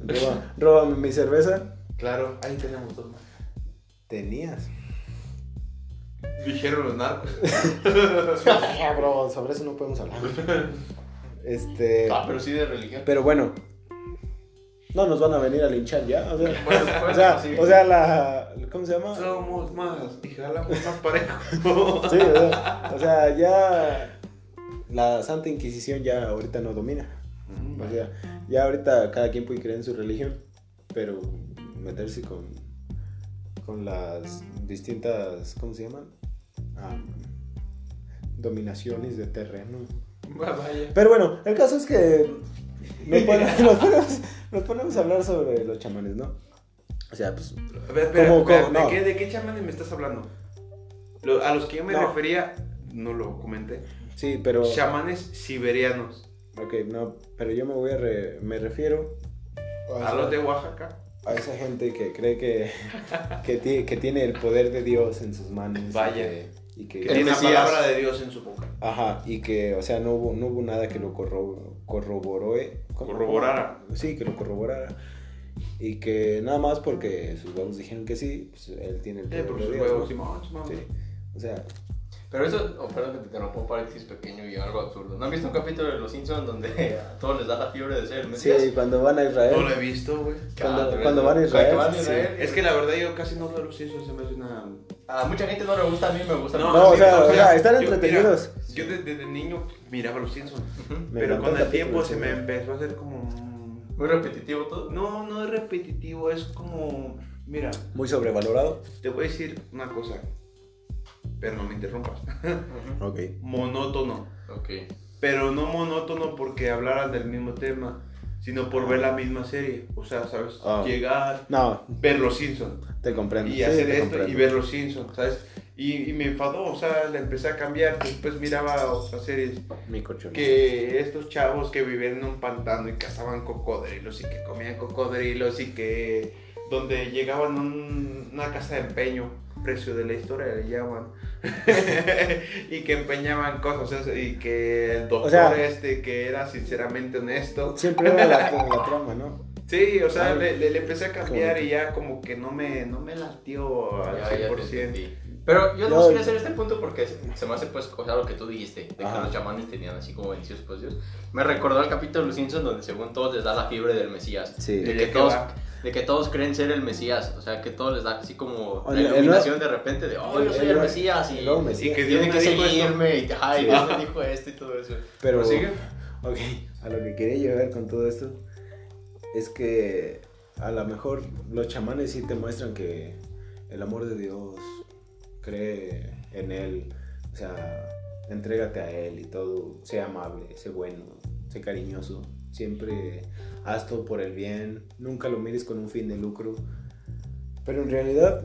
Roba- Róbame mi cerveza. Claro, ahí tenemos dos más. Tenías. Dijeron los narcos. Bro, sobre eso no podemos hablar. Este. Ah, pero sí de religión. Pero bueno. No nos van a venir a linchar ya. O sea, Bueno, o bueno, sea, sí. o sea la. ¿Cómo se llama? pues, Somos más y jalamos más parejo. Sí, o sea, o sea, ya la Santa Inquisición ya ahorita no domina. Mm, O vaya. sea, ya ahorita cada quien puede creer en su religión, pero meterse con, con las distintas, ¿cómo se llaman? Ah, dominaciones de terreno. Va, vaya. Pero bueno, el caso es que nos pone- nos ponemos, nos ponemos, a hablar sobre los chamanes, ¿no? O sea, pues... A ver, espera, ¿Cómo, espera, cómo? ¿de, No. qué, ¿de qué chamanes me estás hablando? Lo- a los que yo me No. refería, no lo comenté. Sí, pero... Chamanes siberianos. Ok, no, pero yo me voy a... re- me refiero... A los de Oaxaca. a esa gente que cree que, que, ti- que tiene el poder de Dios en sus manos. y Vaya. que- Y que, Que el tiene la Mesías- palabra de Dios en su boca. Ajá, y que, o sea, no hubo, no hubo nada que lo corro, corroboró. eh, ¿cómo? Corroborara. Sí, que lo corroborara. Y que nada más porque sus huevos dijeron que sí, pues él tiene el Eh, poder por de sus Dios, huevos. ¿no? Simón, Simón. Sí. O sea, Pero eso, oh, perdón que te interrumpa un paréntesis pequeño y algo absurdo. ¿No han visto un capítulo de Los Simpsons donde a todos les da la fiebre de ser el sí, Mesías? cuando van a No lo Israel. he visto, güey. Cuando- te ves, cuando van a Israel, Cuando van a sí. Israel. Es que la verdad yo casi no veo los Simpsons, se me hace una... A mucha gente no le gusta, a mí me gusta. No, o mucho. sea, o sea, están yo- mira, entretenidos. Yo, desde, desde niño miraba los Simpsons, Ujú. Me pero encanta con el capítulo, tiempo se sí. me empezó a hacer como... mm, Muy repetitivo todo. No, no es repetitivo, es como... Mira, Muy sobrevalorado. te voy a decir una cosa, pero no me interrumpas. Ujú. Ok. Monótono. Ok. pero no monótono porque hablaran del mismo tema, sino por ver la misma serie. O sea, ¿sabes? Ah. Llegar, No, ver Los Simpsons te comprendo. y sí, hacer te esto comprendo. y ver Los Simpsons, ¿sabes? Y, y me enfadó, o sea, la empecé a cambiar. Después miraba otras series Mi cochoneta. que estos chavos que vivían en un pantano y cazaban cocodrilos y que comían cocodrilos y que donde llegaban a un- una casa de empeño, precio de la historia le llaman, y que empeñaban cosas eso, y que el doctor sea- este que era sinceramente honesto. Siempre era la, la trama, ¿no? Sí, o sea, Ay, le, le- le empecé a cambiar bonito. y ya como que no me, no me latió al Ya, ya te 100%. entendí. Pero yo no Ya, quería ya. hacer este punto porque se se me hace, pues, o sea, lo que tú dijiste, de que Ajá. los chamanes tenían así como inicios, pues, Dios. Me recordó el capítulo de Los Simpsons donde, según todos, les da la fiebre del Mesías. Sí. ¿De De que qué todos. va? De que todos creen ser el Mesías, o sea, que todos les da así como O la el- el- iluminación de repente de, oh, yo soy el el- Mesías y, el nuevo Y Mesías. que Dios tienen que me dijo esto. seguirme y, ay, Dios me dijo esto y todo eso. Pero, ¿Prosigue? ok, a lo que quería llegar con todo esto es que a lo mejor los chamanes sí te muestran que el amor de Dios cree en él, o sea, entrégate a él y todo, sé amable, sé bueno, sé cariñoso, siempre haz todo por el bien, nunca lo mires con un fin de lucro, pero en realidad,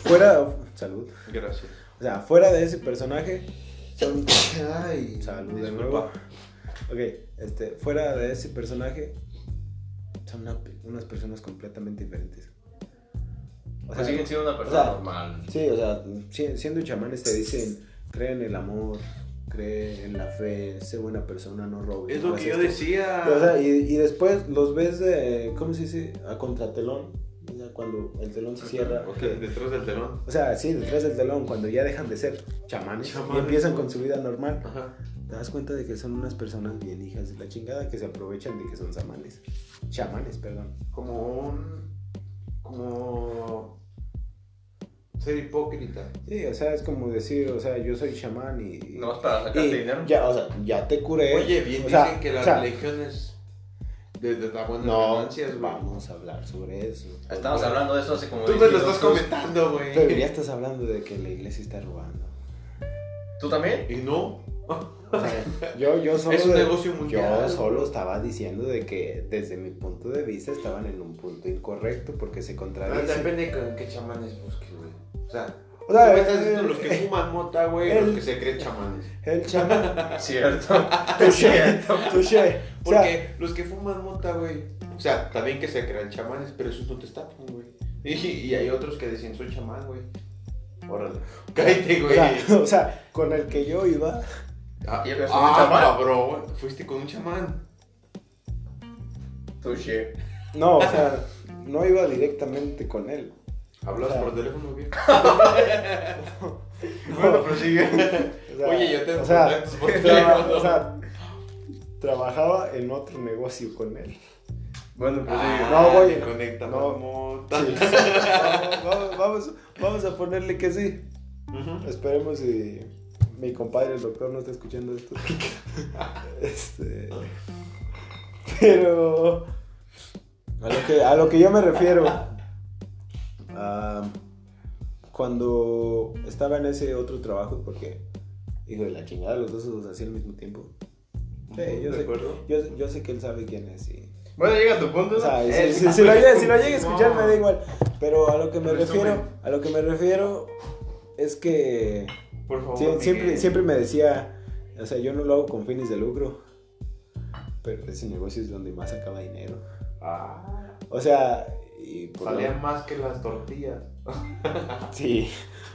fuera, salud, Gracias. o sea, fuera de ese personaje, son- Ay, Salud de nuevo. Ok, este, fuera de ese personaje, son una pe- unas personas completamente diferentes. O sea, Pues siguen siendo una persona o sea, normal. sí, o sea, si- siendo chamanes te dicen, cree en el amor, cree en la fe, sé buena persona, no robes. Es lo no que hagas yo esto". decía. O sea, y, y después los ves, de, ¿cómo se dice? A contratelón, o sea, cuando el telón se cierra. Ok, que- Detrás del telón. O sea, sí, detrás del telón, cuando ya dejan de ser chamanes, Chamanes, y empiezan ¿no? con su vida normal. Ajá. Te das cuenta de que son unas personas bien hijas de la chingada que se aprovechan de que son chamanes. Chamanes, perdón. como un como ser hipócrita Sí, o sea, es como decir, o sea, yo soy chamán y. No más para sacarte y dinero. Ya, o sea, ya te curé. oye bien O sea, dicen que las o sea, religiones de, de las buenas No, ganancias güey vamos a hablar sobre eso. Estamos hablando de eso hace como tú me lo 22 estás comentando Pero ya güey estás hablando de que la iglesia está robando. ¿Tú también? y no O sea, yo, yo solo. Es un de- negocio mundial. Yo solo estaba diciendo de que desde mi punto de vista estaban en un punto incorrecto porque se Pero contradicen. depende con qué chamanes busques güey o sea O sea, tú me estás diciendo el- los que fuman mota güey y los el- que se creen chamanes El chamán. Cierto. Touché, touché. O porque sea, los que fuman mota güey o sea también que se crean chamanes pero esos no te estapan güey y, y hay otros que dicen soy chamán güey órale cállate o güey sea, o sea, con el que yo iba, Ah, ¿Y eres ah, un chamán? cabrón, fuiste con un chamán. Touché. no, o sea, no iba directamente con él. Hablas O sea. por teléfono, bien. Bueno, pues prosigue. O sea, Oye, yo tengo o sea, contactos por traba- teléfono. o sea, trabajaba en otro negocio con él. Bueno, pues Ah, No, güey. te Conecta, No. mamón. Sí. Vamos, vamos- vamos, vamos a ponerle que sí. Ujú. Esperemos si mi compadre, el doctor, no está escuchando esto. Este, pero a lo, que, a lo que yo me refiero, ah, cuando estaba en ese otro trabajo, porque, hijo de la chingada, los dos los hacía al mismo tiempo. Sí, yo ¿De sé, acuerdo? yo, yo sé que él sabe quién es. y- Bueno, llega tu punto. o sea, ¿no? Eh, si, Es- si- si lo llega, si lo llega a escuchar No. me da igual. Pero a lo que me Resumen. refiero, a lo que me refiero es que Por favor. Sie- siempre, Miguel. siempre me decía, o sea, yo no lo hago con fines de lucro, pero ese negocio es donde más sacaba dinero. Ah, O sea, y por lo- salían más que las tortillas. sí.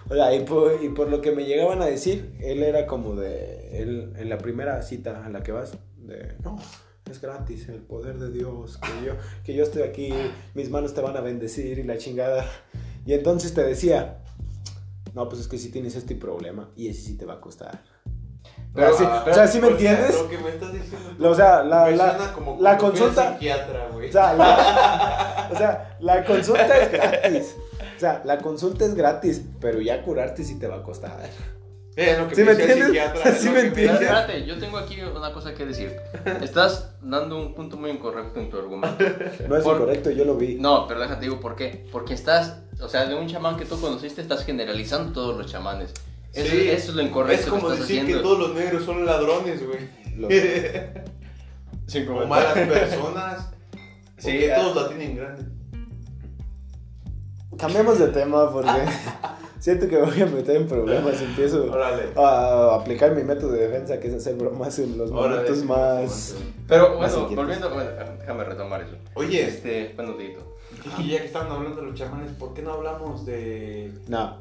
O sea, y por, y por lo que me llegaban a decir, él era como de, él, en la primera cita a la que vas, de, no, es gratis, el poder de Dios, que yo, que yo estoy aquí, mis manos te van a bendecir y la chingada. Y entonces te decía, no, pues es que si tienes este problema y ese sí te va a costar. Pero, o sea, sí- ah, o sea, ¿sí me O sea, entiendes? Lo que me estás diciendo. O sea, la, me la- suena como la cuando fui al consulta- psiquiatra, güey. o sea, la, o sea, la consulta es gratis. O sea, la consulta es gratis, pero ya curarte sí te va a costar. Eh, lo que ¿sí me decía el entiendes? psiquiatra, ¿Sí lo me que Mira, entiendes? espérate, yo tengo aquí una cosa que decir. Estás dando un punto muy incorrecto en tu argumento. No es Por- correcto, yo lo vi. No, pero déjate digo por qué. Porque estás, o sea, de un chamán que tú conociste, estás generalizando todos los chamanes. Eso, Sí. eso es lo incorrecto. es como que estás decir que haciendo. todos los negros son ladrones, güey. Los- Sin o comentar. malas personas. Sí, Sí, que ah. todos la tienen grande. Cambiemos de tema porque siento que voy a meter en problemas si empiezo Órale. a aplicar mi método de defensa, que es hacer bromas en los Órale. momentos más... Pero Más bueno, inquietos. volviendo, bueno, déjame retomar eso. Oye, Este, bueno, Dito. y ya que estaban hablando de los chamanes, ¿por qué no hablamos de.? No,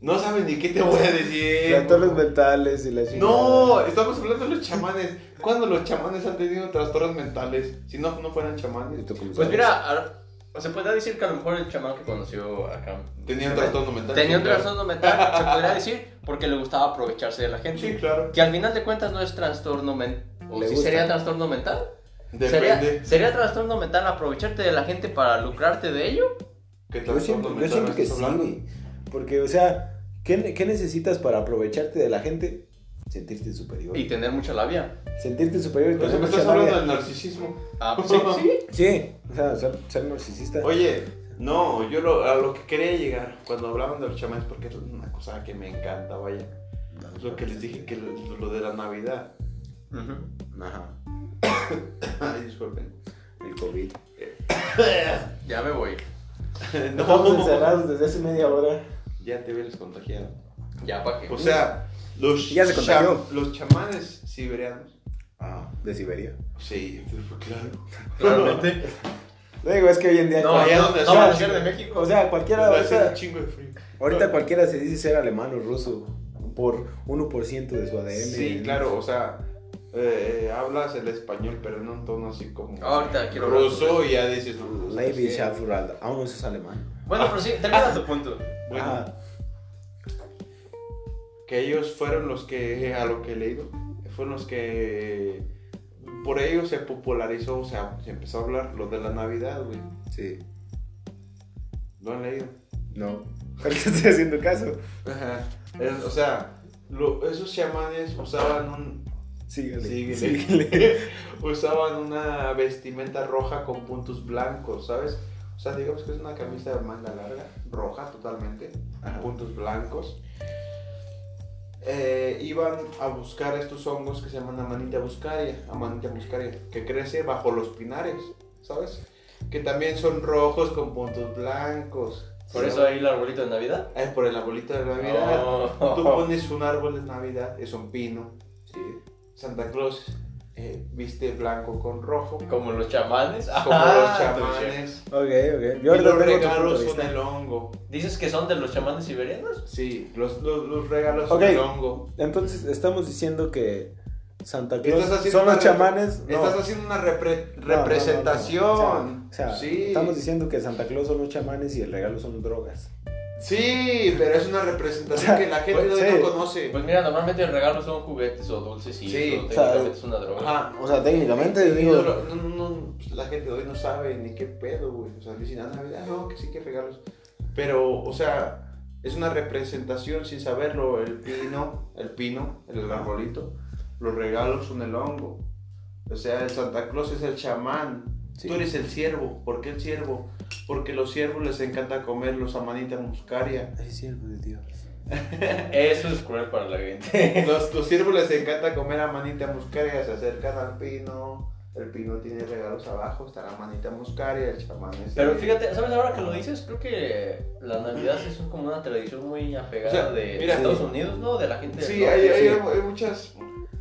No sabes ni qué te voy a decir. las torres mentales y la Eh, No, chingada. estamos hablando de los chamanes. ¿Cuándo los chamanes han tenido trastornos mentales? Si no, no fueran ¿Y chamanes. tú cómo Pues sabes? mira, ahora- o se podría decir que a lo mejor el chamán que conoció acá Tenían trastorno mental. tenía un sí, claro. trastorno mental, se podría decir, porque le gustaba aprovecharse de la gente. Sí, claro. Que al final de cuentas no es trastorno mental. ¿O Le si gusta. sería trastorno mental? ¿Sería, Depende. ¿Sería trastorno mental aprovecharte de la gente para lucrarte de ello? ¿Qué Yo trastorno siento, yo mental siento que estás sí, hablando? güey. Porque, o sea, ¿qué, ne- qué necesitas para aprovecharte de la gente? Sentirte superior. Y tener mucha labia. Sentirte superior y Pero tener me mucha estás Pues hablando labia. del narcisismo. Ah, sí, sí. Sí, o sea, ser, ser narcisista. Oye, no, yo lo, a lo que quería llegar cuando hablaban de los chamanes, porque es una cosa que me encanta, vaya. Es lo que les dije, que lo, lo de la Navidad. Ujú. Ajá, Ay, disculpen. el COVID. Ya me voy. Estamos no, encerrados desde hace media hora. ya te hubieras contagiado. Ya para que. O sea, los, Ya se contagió. cham- los chamanes siberianos. Ah, de Siberia. Sí, claro. claramente. Digo, es que hoy en día... No, allá no, donde no, sea, la Ciudad de sí. México. O sea, cualquiera... Va a ser ahorita- un chingo de frío. Ahorita cualquiera se dice ser alemán o ruso por 1% de su ADN. Sí, claro, o sea, eh, hablas el español, pero en un tono así como. Ahorita quiero hablar Ruso y ya dices. no, no sé Lady qué. Schafuralda. Aún eso es alemán. bueno, pero sí, termina tu punto. Bueno, Ah, que ellos fueron los que, a lo que he leído, fueron los que. Por ellos se popularizó, o sea, se empezó a hablar lo de la Navidad, güey. sí. ¿Lo han leído? No. ¿Por qué estoy haciendo caso? Ajá. Es- o sea, lo- esos chamanes usaban un. Síguele. Síguele. síguele. usaban una vestimenta roja con puntos blancos, ¿sabes? O sea, digamos que es una camisa de manga larga, roja totalmente, Ajá. puntos blancos. Eh, iban a buscar estos hongos que se llaman amanita muscaria, amanita muscaria, que crece bajo los pinares, ¿sabes? Que también son rojos con puntos blancos. Por ¿sabes? eso Oh. ahí el arbolito de Navidad. es por el abuelito de Navidad. Tú No. pones un árbol de Navidad, es un pino. Sí. Santa Claus eh, viste blanco con rojo. Como los chamanes. como los Ah, chamanes. Ok, ok. y Yo los tengo tu punto regalos de son vista. el hongo. ¿Dices que son de los chamanes siberianos? Sí, los, los, los regalos Ok. son el hongo. Entonces, estamos diciendo que Santa Claus Estás haciendo son los una- chamanes. No. Estás haciendo una repre- No, no, no, no. representación. O sea, o sea, sí. estamos diciendo que Santa Claus son los chamanes y el regalo son drogas. Sí, pero es una representación O sea, que la gente pues, hoy sí. no conoce. Pues mira, normalmente el regalo son juguetes o dulces y Sí, eso o sea, técnicamente es una droga. Ajá. O sea, técnicamente, Sí, digo- no, no, no, pues, la gente de hoy no sabe ni qué pedo, güey. O sea, dicen, ah, Navidad, no, que sí, que regalos. Pero, o sea, es una representación sin saberlo. El pino, el pino, el arbolito. Los regalos son el hongo. O sea, el Santa Claus es el chamán. Sí. Tú eres el ciervo. ¿Por qué el ciervo? Porque los ciervos les encanta comer los amanitas muscaria. Ay, siervo de Dios. Eso es cruel para la gente. Los, los ciervos les encanta comer a manita muscaria, se acercan al pino, el pino tiene regalos abajo, está la manita muscaria, el chamán es... Pero fíjate, ¿sabes ahora que lo dices? Creo que la Navidad es como una tradición muy O apegada sea, de mira, Estados sí. Unidos, ¿no? De la gente. del Sí, norte, hay, hay, sí. hay muchas...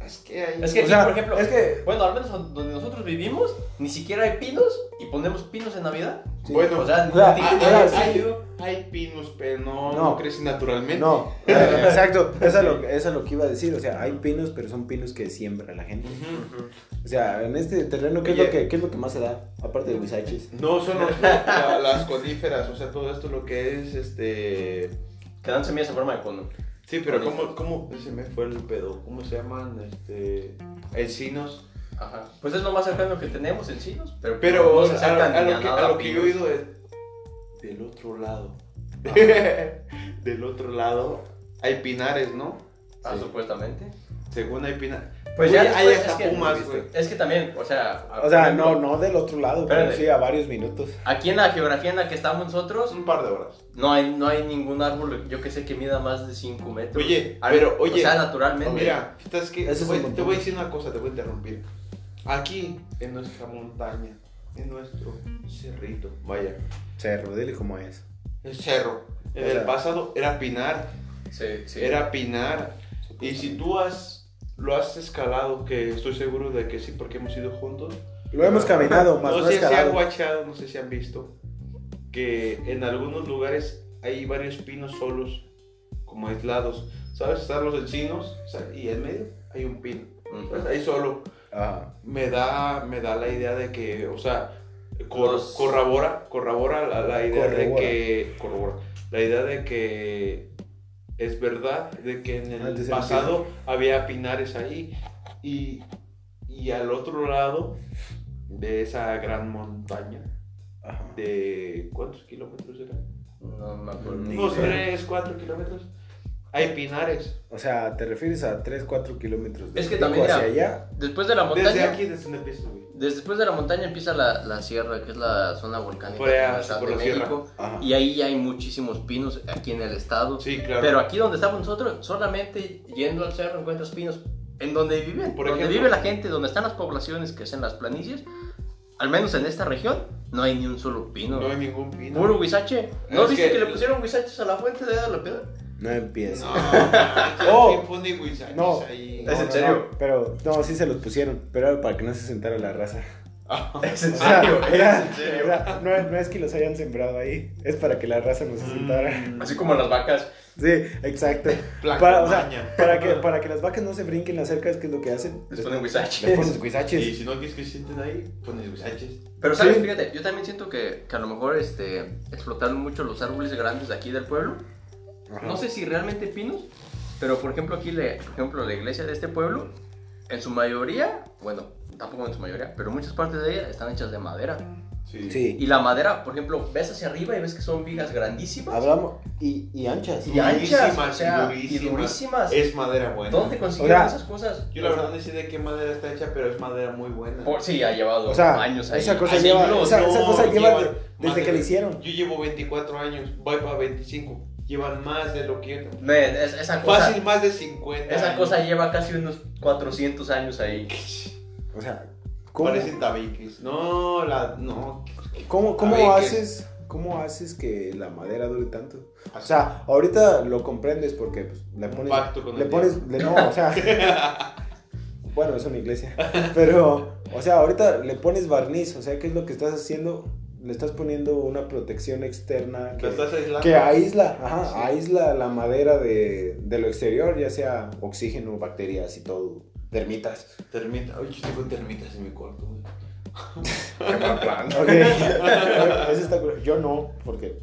Es que hay... Es que O aquí, sea, por ejemplo, es que- bueno, al menos donde nosotros vivimos, ni siquiera hay pinos y ponemos pinos en Navidad. Sí. Bueno, O sea, O sea, ni- hay, ni- ah, hay- sí. hay- hay pinos, pero no, No. no crecen naturalmente. No, eh, exacto, eso es, lo, eso es lo que iba a decir, o sea, hay pinos, pero son pinos que siembra la gente. Ujú. O sea, en este terreno, ¿qué, es, Oye. lo que, qué es lo que más se da? Aparte de huizaches. No, son los- la- las coníferas, o sea, todo esto lo que es, este... Que dan semillas en forma de cono. Sí, pero ¿cómo, cómo se me fue el pedo? ¿Cómo se llaman, este... encinos? Ajá. Pues es lo más cercano que tenemos, encinos. Pero, Pero no se a, acercan a ni lo que, nada a lo que yo he pinos. oído es del otro lado. del otro lado hay pinares, ¿no? Ah, Sí. supuestamente. Según hay pina. Pues Güey, ya hay después- hasta es que- pumas, güey. Es que también, o sea. O sea, no, no del otro lado, pero Espérate. sí a varios minutos. Aquí en la geografía en la que estamos nosotros, Un par de horas. no hay, no hay ningún árbol, yo que sé, que mida más de 5 metros. Oye, Al- pero, oye, O sea, naturalmente. Mira, ¿sabes qué? Ese es Voy- un buen te voy a punto. decir una cosa, te voy a interrumpir. Aquí, en nuestra montaña, en nuestro cerrito, vaya, Cerro, dile cómo es. el cerro. En O sea- el pasado era pinar, Sí, sí. era pinar. Y si tú has, lo has escalado, que estoy seguro de que sí, porque hemos ido juntos. Lo hemos caminado, más No, no, sé si han escalado. guachado, no sé si han visto, que en algunos lugares hay varios pinos solos, como aislados. ¿Sabes? Están los encinos o sea, y en medio hay un pino. Ujú. Pues ahí solo. Ajá. me da, me da la idea de que, o sea, cor- Los- corrobora, corrobora la, la idea de Corrobora. que, corrobora, la idea de que es verdad, de que en el Antes era pasado había pinares ahí y, y al otro lado de esa gran montaña Ajá. de, ¿cuántos kilómetros eran? No me acuerdo. Ni Unos idea. 3, 4 kilómetros. Hay pinares. O sea, te refieres a 3, 4 kilómetros de Es que también hacia era- allá. Después de la montaña. Desde aquí, desde donde empiezas, güey. Después de la montaña empieza la, la sierra, que es la zona volcánica Por allá, del estado por de la sierra. México. Ajá. Y ahí hay muchísimos pinos aquí en el estado. Sí, claro. Pero aquí donde estamos nosotros, solamente yendo al cerro encuentras pinos. En donde viven, Por donde ejemplo. vive la gente, donde están las poblaciones, que es en las planicies, al menos en esta región, no hay ni un solo pino. no hay ningún pino. Puro huizache. ¿No Es viste que- que... le pusieron huizaches a la fuente de la piedra? No empieza. No, Oh. ¿quién pone guisantes No. ahí? No, ¿Es en no, serio? no, pero no, sí se los pusieron, pero era para que no se sentara la raza. Es en O sea, serio, era- es en serio. era- no, es- no es que los hayan sembrado ahí, es para que la raza no se sentara. Mm, Así como las vacas. Sí, exacto. Placa Para, o sea, maña. para que, para que las vacas no se brinquen las cercas, que es lo que hacen. Les ponen Les huizache. ponen sus guisaches. Y si no quieres que se sienten ahí, pones guisantes. Pero sabes, Sí. fíjate, yo también siento que, que a lo mejor este, explotaron mucho los árboles grandes de aquí del pueblo. Ajá. No sé si realmente pinos, pero por ejemplo aquí, le, por ejemplo, la iglesia de este pueblo, en su mayoría, bueno, tampoco en su mayoría, pero muchas partes de ella están hechas de madera. Sí. Sí, Y la madera, por ejemplo, ves hacia arriba y ves que son vigas grandísimas hablamos. Y, y anchas. y anchas, durísimas, o sea, y y durísimas. durísimas. Es madera buena. ¿Dónde consiguieron O sea, esas cosas? Yo la verdad no sé de qué madera está hecha, pero es madera muy buena. Por- sí, ha llevado O sea, años ahí. esa cosa Hay lleva, siglos, esa, no, esa cosa lleva llevan de- desde madera. que la hicieron. Yo llevo 24 años, voy para 25. Llevan más de lo que yo. Men, es- esa cosa, Fácil, más de 50. esa años. cosa lleva casi unos 400 años ahí. O sea, ¿cómo, Parecen tabiques. No, la. No. cómo, cómo A ver, ¿qué? haces, cómo haces que la madera dure tanto? O sea, ahorita lo comprendes porque pues, le Un pones. pacto con le el pones. le- no, o sea. bueno, es una iglesia. Pero, o sea, ahorita le pones barniz. O sea, ¿qué es lo que estás haciendo? Le estás poniendo una protección externa ¿Lo que, estás aislando? que aísla, ajá, Sí. aísla la madera de, de lo exterior, ya sea oxígeno, bacterias y todo, termitas. Termita. Oye, yo tengo termitas en mi cuarto, güey. Ok. Eso está cool. Yo no, porque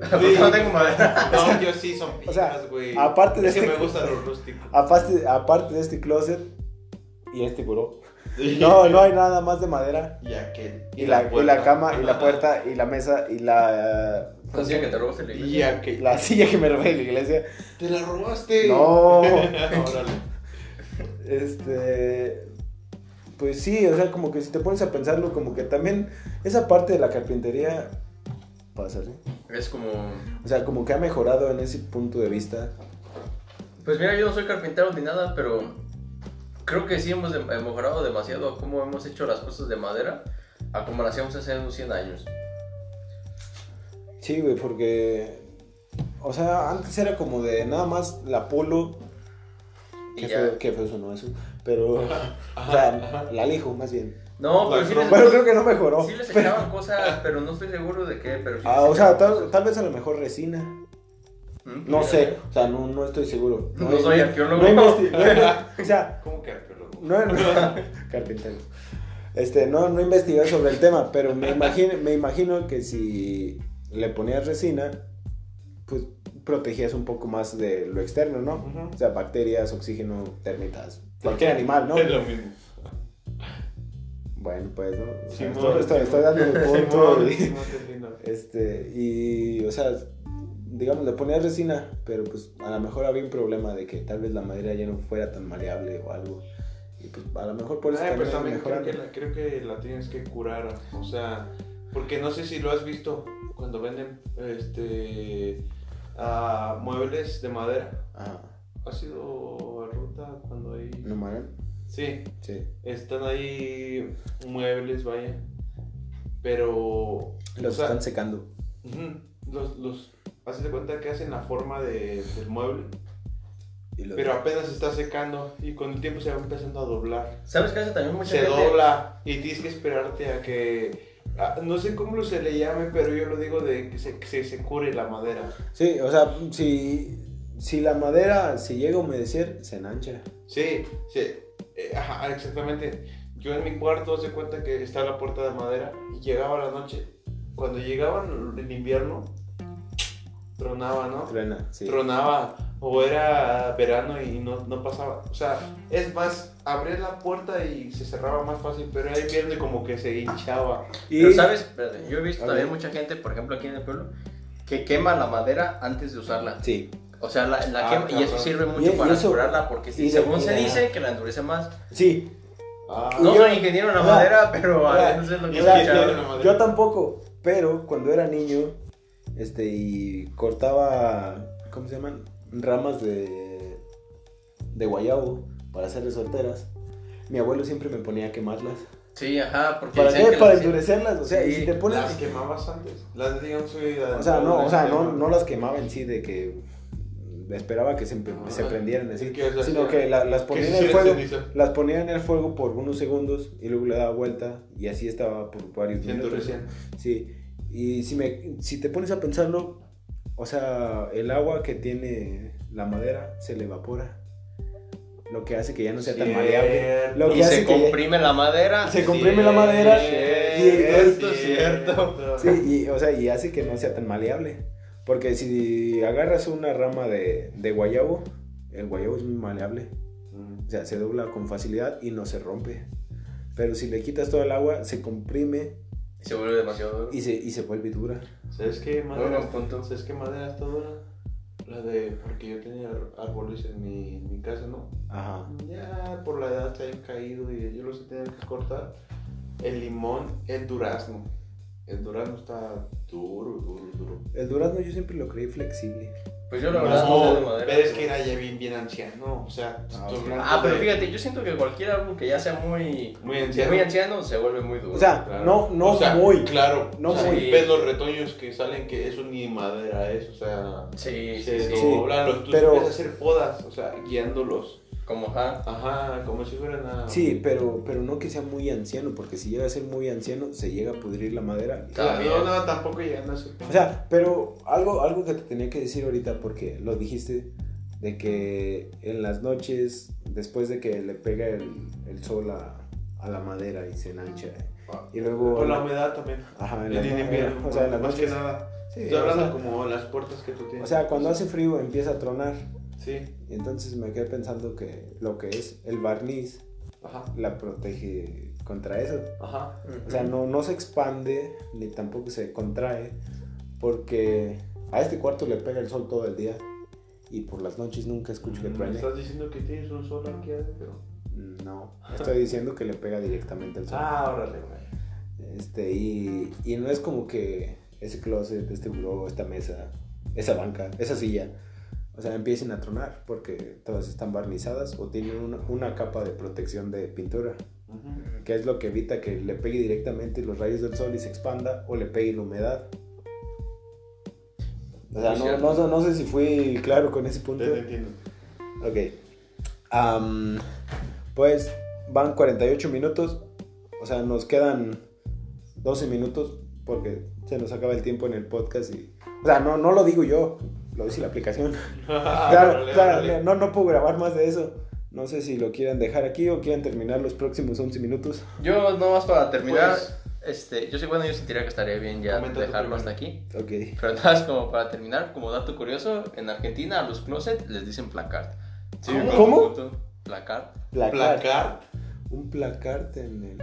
Sí. no tengo madera. No, yo sí son o sea, pipas, güey. aparte de es que este- Ah, me gusta lo rústico. aparte, aparte de este closet y este buró, no, no hay nada más de madera. Y aquel. Y la, y puerta. la cama, y la puerta, y la mesa, y la. Entonces, que te robaste la Y iglesia. aquel. La silla que me robé en la iglesia. Te la robaste. No. Órale. Este. Pues sí, o sea, como que si te pones a pensarlo, como que también esa parte de la carpintería pasa, ¿sí? Es como. O sea, como que ha mejorado en ese punto de vista. Pues mira, yo no soy carpintero ni nada, pero creo que sí hemos de- mejorado demasiado a cómo hemos hecho las cosas de madera a como las hacíamos hace unos 100 años. Sí, güey, porque. O sea, antes era como de nada más la polo. Y Qué ya. feo, qué feo sonó eso. Pero. O sea, la lijo, más bien. No, pero La sí croma. les, Bueno, creo que no mejoró. sí les echaban cosas, pero no estoy seguro de qué. Pero sí Ah, les o sea, echaban tal, cosas. tal vez a lo mejor resina. ¿Mm? No Mira, sé, o sea, no, no estoy seguro. No he- soy arqueólogo. no he investi- no he investi- o sea, ¿Cómo que pero no, no- carpintero. Este, no, no investigué sobre el tema, pero me imagino, me imagino que si le ponías resina, pues protegías un poco más de lo externo, ¿no? Ujú. O sea, bacterias, oxígeno, termitas, cualquier animal, ¿no? Es lo mismo. Bueno, pues, ¿no? O sea, Simón, estoy, estoy- estoy dando mi Simón, punto. Simón, te entiendo. Este, y, o sea, digamos, le ponías resina, pero pues a lo mejor había un problema de que tal vez la madera ya no fuera tan maleable o algo. Y pues a lo mejor por eso Ay, pero también creo mejoran. que, la, creo que la tienes que curar, o sea, porque no sé si lo has visto cuando venden este ah, muebles de madera. Ah, ¿Has sido ruta cuando hay? ¿no madera? Sí, Sí. están ahí muebles, vaya. Pero Los o sea, están secando. ujú, los los haces de cuenta que hacen la forma de- del mueble, Y los- pero apenas se está secando y con el tiempo se va empezando a doblar. ¿Sabes qué hace también mucha se gente? dobla y tienes que esperarte a que a- no sé cómo se le llame pero yo lo digo de que se, que se, se cure la madera Sí, o sea, si, si la madera, si llega a humedecer, se enancha. sí sí eh, ajá, exactamente yo en mi cuarto se cuenta que está la puerta de madera y llegaba la noche cuando llegaban el invierno tronaba no Truena, sí. tronaba o era verano y no, no pasaba o sea es más abría la puerta y se cerraba más fácil pero era invierno y como que se hinchaba Y, Pero, ¿sabes? Espérate, Yo he visto A también ver. mucha gente, por ejemplo, aquí en el pueblo, que quema la madera antes de usarla. Sí. O sea, la, la Ah, quema y eso cabrón. sirve Y- mucho y para eso- curarla porque y sí, de- según se y de- dice que la endurece más. Sí, Ah. No Yo- soy ingeniero en la Ah, madera, pero ah, a veces es lo que he yo- yo- escuchado. yo- madera. Yo tampoco, pero cuando era niño, este, y cortaba, ¿cómo se llaman? Ramas de, de guayabo para hacer solteras. Mi abuelo siempre me ponía a quemarlas. Sí, ajá, porque ¿Para dicen qué? que Para la- endurecerlas, o sea, y Sí, si te pones... Las quemabas antes. Las de Young Sui, la de- O sea, no, o sea, no, la- no las quemaba en sí de que esperaba que se, empe- se prendieran así, Que, o sea, sino que la- las ponía se en el hiciera fuego, ceniza. las ponía en el fuego por unos segundos y luego le daba vuelta y así estaba por varios Se minutos. endurecían. Sí, y si, me, si te pones a pensarlo, o sea, el agua que tiene la madera se le evapora, lo que hace que ya no sea tan Cierto. maleable. Lo que Y hace se que ya- comprime la madera. Se comprime la madera. Sí, Y- esto es cierto. Sí, y, o sea, y hace que no sea tan maleable. Porque si agarras una rama de, de guayabo, el guayabo es muy maleable. Mm. O sea, se dobla con facilidad y no se rompe. Pero si le quitas todo el agua, se comprime Se vuelve demasiado duro. y se, y se vuelve dura. ¿Sabes qué madera? Bueno, pues, punto. ¿Sabes qué madera está dura? La de. Porque yo tenía ar- árboles en mi, en mi casa, ¿no? Ajá. Ya por la edad se habían caído y yo los he tenido que cortar. El limón, el durazno. El durazno está duro, duro, duro. El durazno yo siempre lo creí flexible. Pues yo la No, verdad no, sé de madera. pero es que era ya bien, bien anciano. O sea, Ah, estoy ok. hablando Ah, pero de- fíjate, yo siento que cualquier árbol que ya sea muy, Muy anciano. muy anciano se vuelve muy duro. O sea, Claro. no, no O sea, muy. Claro, No o sea, muy. Ves los retoños que salen, que eso ni madera es, o sea. sí, se sí, sí, Sí, doblan los. Tú pero- puedes hacer podas, o sea, guiándolos. Como ajá. Ajá, como si fueran a. Sí, pero, pero no que sea muy anciano, porque si llega a ser muy anciano, se llega a pudrir la madera O sea, También. no, no, tampoco llegan a ser. O sea, pero algo, algo que te tenía que decir ahorita, porque lo dijiste, de que en las noches, después de que le pega el, el sol a, a la madera y se enancha, y luego... Por la humedad también. Ajá, en En las el no- invierno, o sea, en las más que noches... nada. sí, Estoy eh, o hablando sea, como las puertas que tú tienes. o sea, cuando hace frío empieza a tronar. Sí, Y entonces me quedé pensando que lo que es el barniz ajá, la protege contra eso. ajá. Mm. O sea, no, no se expande ni tampoco se contrae porque a este cuarto le pega el sol todo el día y por las noches nunca escucho que Mm, truene. estás diciendo que tienes un sol aquí adentro. No, estoy diciendo que le pega directamente el sol. Ah, órale, güey. Este, y, y no es como que ese closet, este buró, esta mesa, esa banca, esa silla, o sea, empiecen a tronar porque todas están barnizadas o tienen una, una capa de protección de pintura. Ujú. que es lo que evita que le pegue directamente los rayos del sol y se expanda o le pegue la humedad. O sea, Muy no, cierto. no- no sé si fui claro con ese punto. Te te entiendo. Ok. Am, pues van 48 minutos, o sea, nos quedan 12 minutos porque se nos acaba el tiempo en el podcast y... O sea, no, no lo digo yo, lo dice la aplicación. Ah, claro, Órale, claro, órale. no, no puedo grabar más de eso. No sé si lo quieran dejar aquí o quieran terminar los próximos 11 minutos. Yo nomás para terminar, Pues- este, yo sé, bueno, yo sentiría que estaría bien ya Comenta tú primero. dejarlo hasta aquí. Ok. Pero nada más como para terminar, como dato curioso, en Argentina a los closets les dicen placard. Sí, ¿Cómo? con ¿Cómo? punto. Placard, Placard. Placar. Un placarte en el.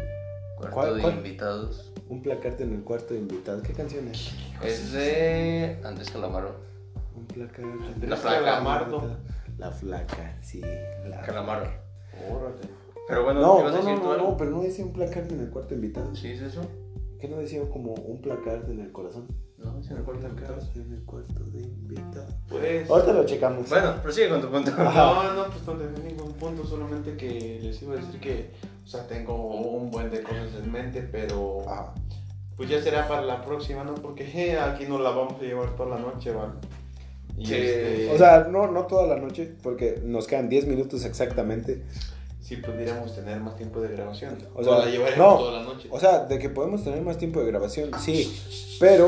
cuarto ¿Cuál- de cuál? invitados. Un placarte en el cuarto de invitados. ¿Qué canción es? Es de Andrés Calamaro. Un placar. La flaca. Calamardo. La flaca, sí. La... Calamaro. Órale. Pero bueno, No, ¿qué no, vas a no, decir tú no, algo? no, pero no decía un placar en el cuarto invitado. ¿Sí es eso? ¿Qué no decía como un placar en el corazón? No, se me acuerda el Placar en el cuarto de invitado. Pues. Ahorita lo checamos. Bueno, prosigue con tu punto. Ah, No, no, pues no tengo ningún punto, solamente que les iba a decir que, o sea, tengo un buen de cosas en mente, pero Ajá. pues ya será para la próxima, ¿no? Porque je, aquí nos la vamos a llevar toda la noche, ¿vale? Y Sí. este, O sea, no, no toda la noche, porque nos quedan 10 minutos exactamente. si pudiéramos tener más tiempo de grabación, O o sea, sea, la llevaremos no. toda la noche. O sea, de que podemos tener más tiempo de grabación, Ah. sí, pero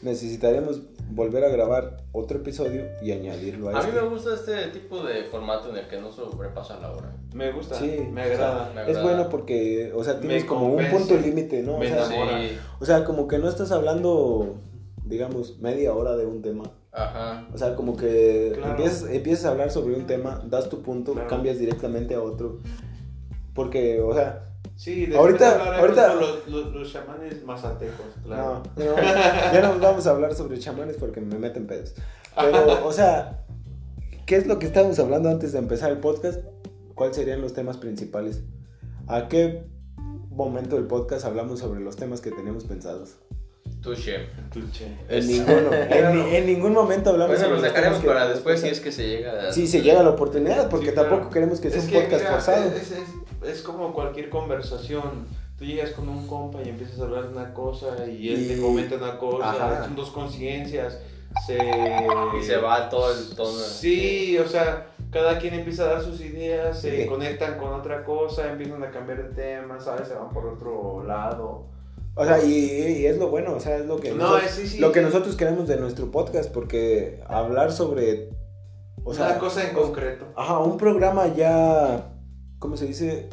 necesitaremos volver a grabar otro episodio y añadirlo a, A mí este. me gusta este tipo de formato en el que no sobrepasa la hora. me gusta, sí, me o sea, agrada. me Es agrada. bueno porque, o sea, Me tienes como un convence. punto límite, ¿no? O Me sea, enamoro. Ahora. Sí, o sea, como que no estás hablando, digamos, media hora de un tema. ajá. O sea, como que Claro. empiezas, empiezas a hablar sobre un tema, das tu punto, Claro. cambias directamente a otro. Porque, o sea, Sí, después Ahorita- hablaremos ahorita- con los, los, los chamanes mazatecos, claro. no, no, ya no vamos a hablar sobre chamanes porque me meten pedos. Pero, o sea, ¿qué es lo que estábamos hablando antes de empezar el podcast? ¿Cuáles serían los temas principales? ¿A qué momento del podcast hablamos sobre los temas que teníamos pensados? Tu chef. Este. Tuche. En Es- ninguno, en, ni- en ningún momento hablamos Bueno, Pues los dejaremos temas que para teníamos después si pensados. es que se llega a... Sí, se llega la oportunidad, porque Sí, claro. tampoco queremos que sea un podcast mira, forzado. eh, Es, es- es como cualquier conversación. Tú llegas con un compa y empiezas a hablar de una cosa y él Y- te comenta una cosa. Ajá. Son dos conciencias. Se... Y se va todo el tono. Sí, o sea, cada quien empieza a dar sus ideas, se Sí. conectan con otra cosa, empiezan a cambiar de tema, ¿sabes? Se van por otro lado. O sea, y, y es lo bueno, o sea, es lo que, No, nosotros, es, sí, sí. lo que nosotros queremos de nuestro podcast, porque hablar sobre, o sea, una cosa en concreto. ajá, un programa ya, ¿cómo se dice?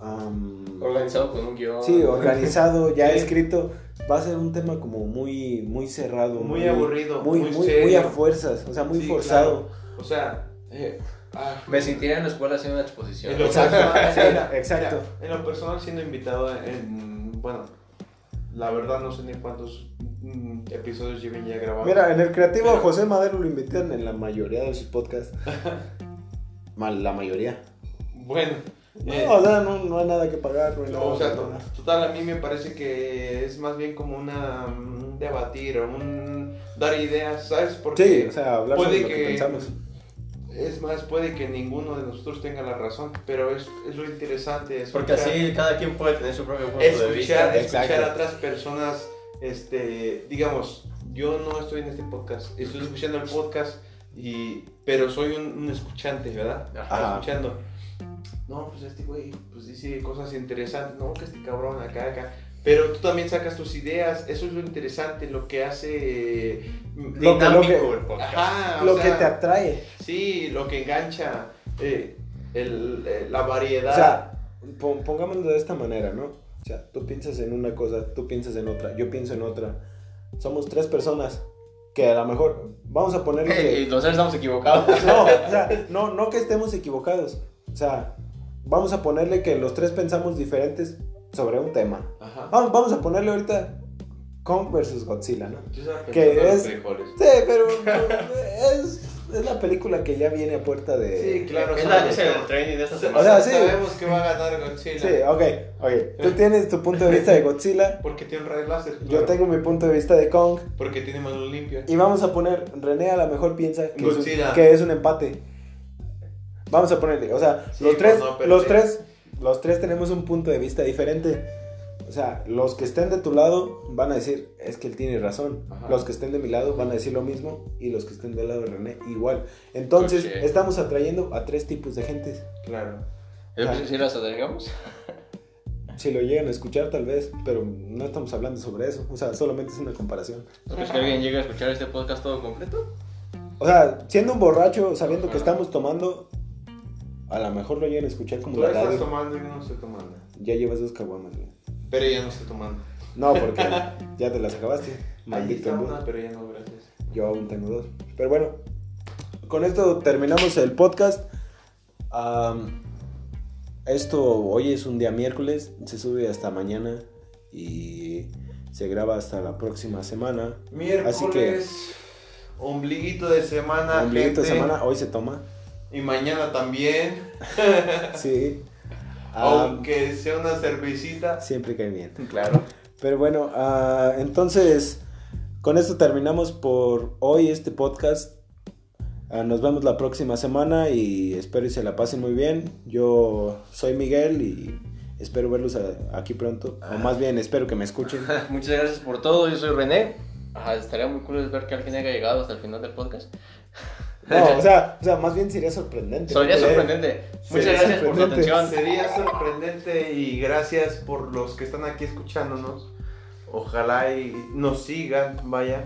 Am, Organizado con un guión. sí, organizado, ya Sí. escrito, va a ser un tema como muy, muy cerrado, Muy aburrido, muy, muy, muy muy serio. a fuerzas, o sea, muy Sí, forzado. claro. O sea, eh, ah, Me sentiría en la escuela haciendo una exposición. En lo Exacto, personal, sí, mira, exacto. mira, en lo personal, siendo invitado en. Bueno, la verdad no sé ni cuántos mm, episodios lleven ya grabados. Mira, en el creativo a Pero- José Madero lo invitan en la mayoría de sus podcasts. Mal, la mayoría. Bueno, No, eh, o sea, no, no hay nada que pagar, no hay nada o sea, que to- ganar. total, a mí me parece que es más bien como una. mm, debatir, un. dar ideas, ¿sabes? Porque Sí, o sea, hablar puede sobre lo que, que- pensamos. es más, puede que ninguno de nosotros tenga la razón, pero es, es lo interesante. Es Porque así cada quien puede tener su propio punto de escuchar, vista. escuchar Exacto. a otras personas, este, digamos, yo no estoy en este podcast, estoy escuchando el podcast, y, pero soy un, un escuchante, ¿verdad? Ajá. Ajá. Escuchando. No, pues este güey, pues dice cosas interesantes, no, que este cabrón acá, acá. Pero tú también sacas tus ideas, eso es lo interesante, lo que hace... eh, Lo que- lo que- Dinámico el Ah, podcast. Ajá, o lo que sea, te atrae. Sí, lo que engancha, eh, el- eh, la variedad. O sea, pon- pongámoslo de esta manera, ¿no? O sea, tú piensas en una cosa, tú piensas en otra, yo pienso en otra. Somos tres personas que a lo mejor vamos a ponerle Y que... nosotros estamos equivocados. No, o sea, no, no que estemos equivocados. O sea, vamos a ponerle que los tres pensamos diferentes sobre un tema. Ajá. Vamos, vamos a ponerle ahorita Kong versus Godzilla, ¿no? Yo estaba que pensando en los es- frijoles. Sí, pero es, es la película que ya viene a puerta de... Sí, claro. Es sabes la es que- el training de esta eh, O semana. sea, sea, sí. sabemos que va a ganar Godzilla. Sí, ok, ok. Tú tienes tu punto de vista de Godzilla, Porque tiene un rayo láser. yo claro. tengo mi punto de vista de Kong. Porque tiene mano limpia. Y vamos a poner, René a lo mejor piensa que, es un, Godzilla. que es un empate. Vamos a ponerle, o sea, Sí, los, por tres, no perder. los, tres, los tres tenemos un punto de vista diferente. O sea, los que estén de tu lado van a decir, es que él tiene razón. Ajá. Los que estén de mi lado van a decir lo mismo. Y los que estén del lado de René, igual. Entonces, Oye. estamos atrayendo a tres tipos de gentes. Claro. Yo creo que sí las alargamos. Si lo llegan a escuchar, tal vez, pero no estamos hablando sobre eso. O sea, solamente es una comparación. Pues que alguien llegue a escuchar este podcast todo completo. O sea, siendo un borracho, sabiendo que Ajá. estamos tomando, a lo mejor lo llegan a escuchar como Tú la estás radio. tomando y yo no estoy tomando. Ya llevas dos caguamas, güey. Pero ya no estoy tomando. No, porque ya te las acabaste. Ahí Maldito está embudo. una, pero ya no, gracias. Yo aún tengo dos. Pero bueno, con esto terminamos el podcast. Am, esto hoy es un día miércoles, se sube hasta mañana y se graba hasta la próxima semana. Miércoles. Ombliguito de semana. Ombliguito de gente. semana, hoy se toma. Y mañana también. Sí. Ah, Aunque sea una cervecita. siempre cae bien. Claro. Pero bueno, ah, entonces con esto terminamos por hoy este podcast. Ah, nos vemos la próxima semana y espero y se la pasen muy bien. Yo soy Miguel y espero verlos a- aquí pronto. O más bien, espero que me escuchen. Muchas gracias por todo, yo soy René. Ajá, estaría muy cool ver que alguien haya llegado hasta el final del podcast. No, o sea, o sea, más bien sería sorprendente. Eh, Sería ¿no? sorprendente. Muchas Sería gracias por tu sorprendente. atención. Sería sorprendente y gracias por los que están aquí escuchándonos. Ojalá y nos sigan, vaya.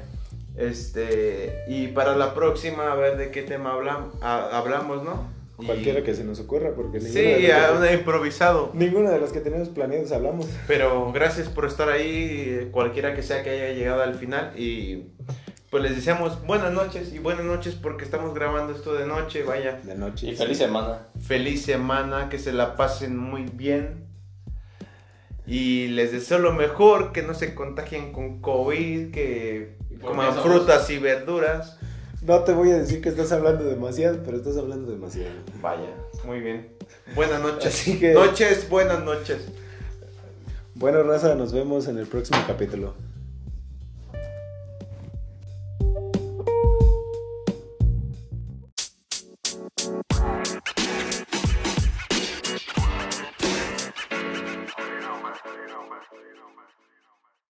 Este, y para la próxima, a ver de qué tema hablam- a- hablamos, ¿no? Y- Cualquiera que se nos ocurra, porque ninguno, de Sí, los a- que- improvisado. ninguno de los que tenemos planeados hablamos. Pero gracias por estar ahí, cualquiera que sea que haya llegado al final. Y pues les deseamos buenas noches y buenas noches porque estamos grabando esto de noche, vaya. De noche. Y feliz semana. Feliz semana, que se la pasen muy bien. Y les deseo lo mejor, que no se contagien con COVID, que Y por coman eso- frutas y verduras. No te voy a decir que estás hablando demasiado, pero estás hablando demasiado. Vaya, muy bien. Buenas noches. Así que- Noches, buenas noches. Bueno, raza, nos vemos en el próximo capítulo.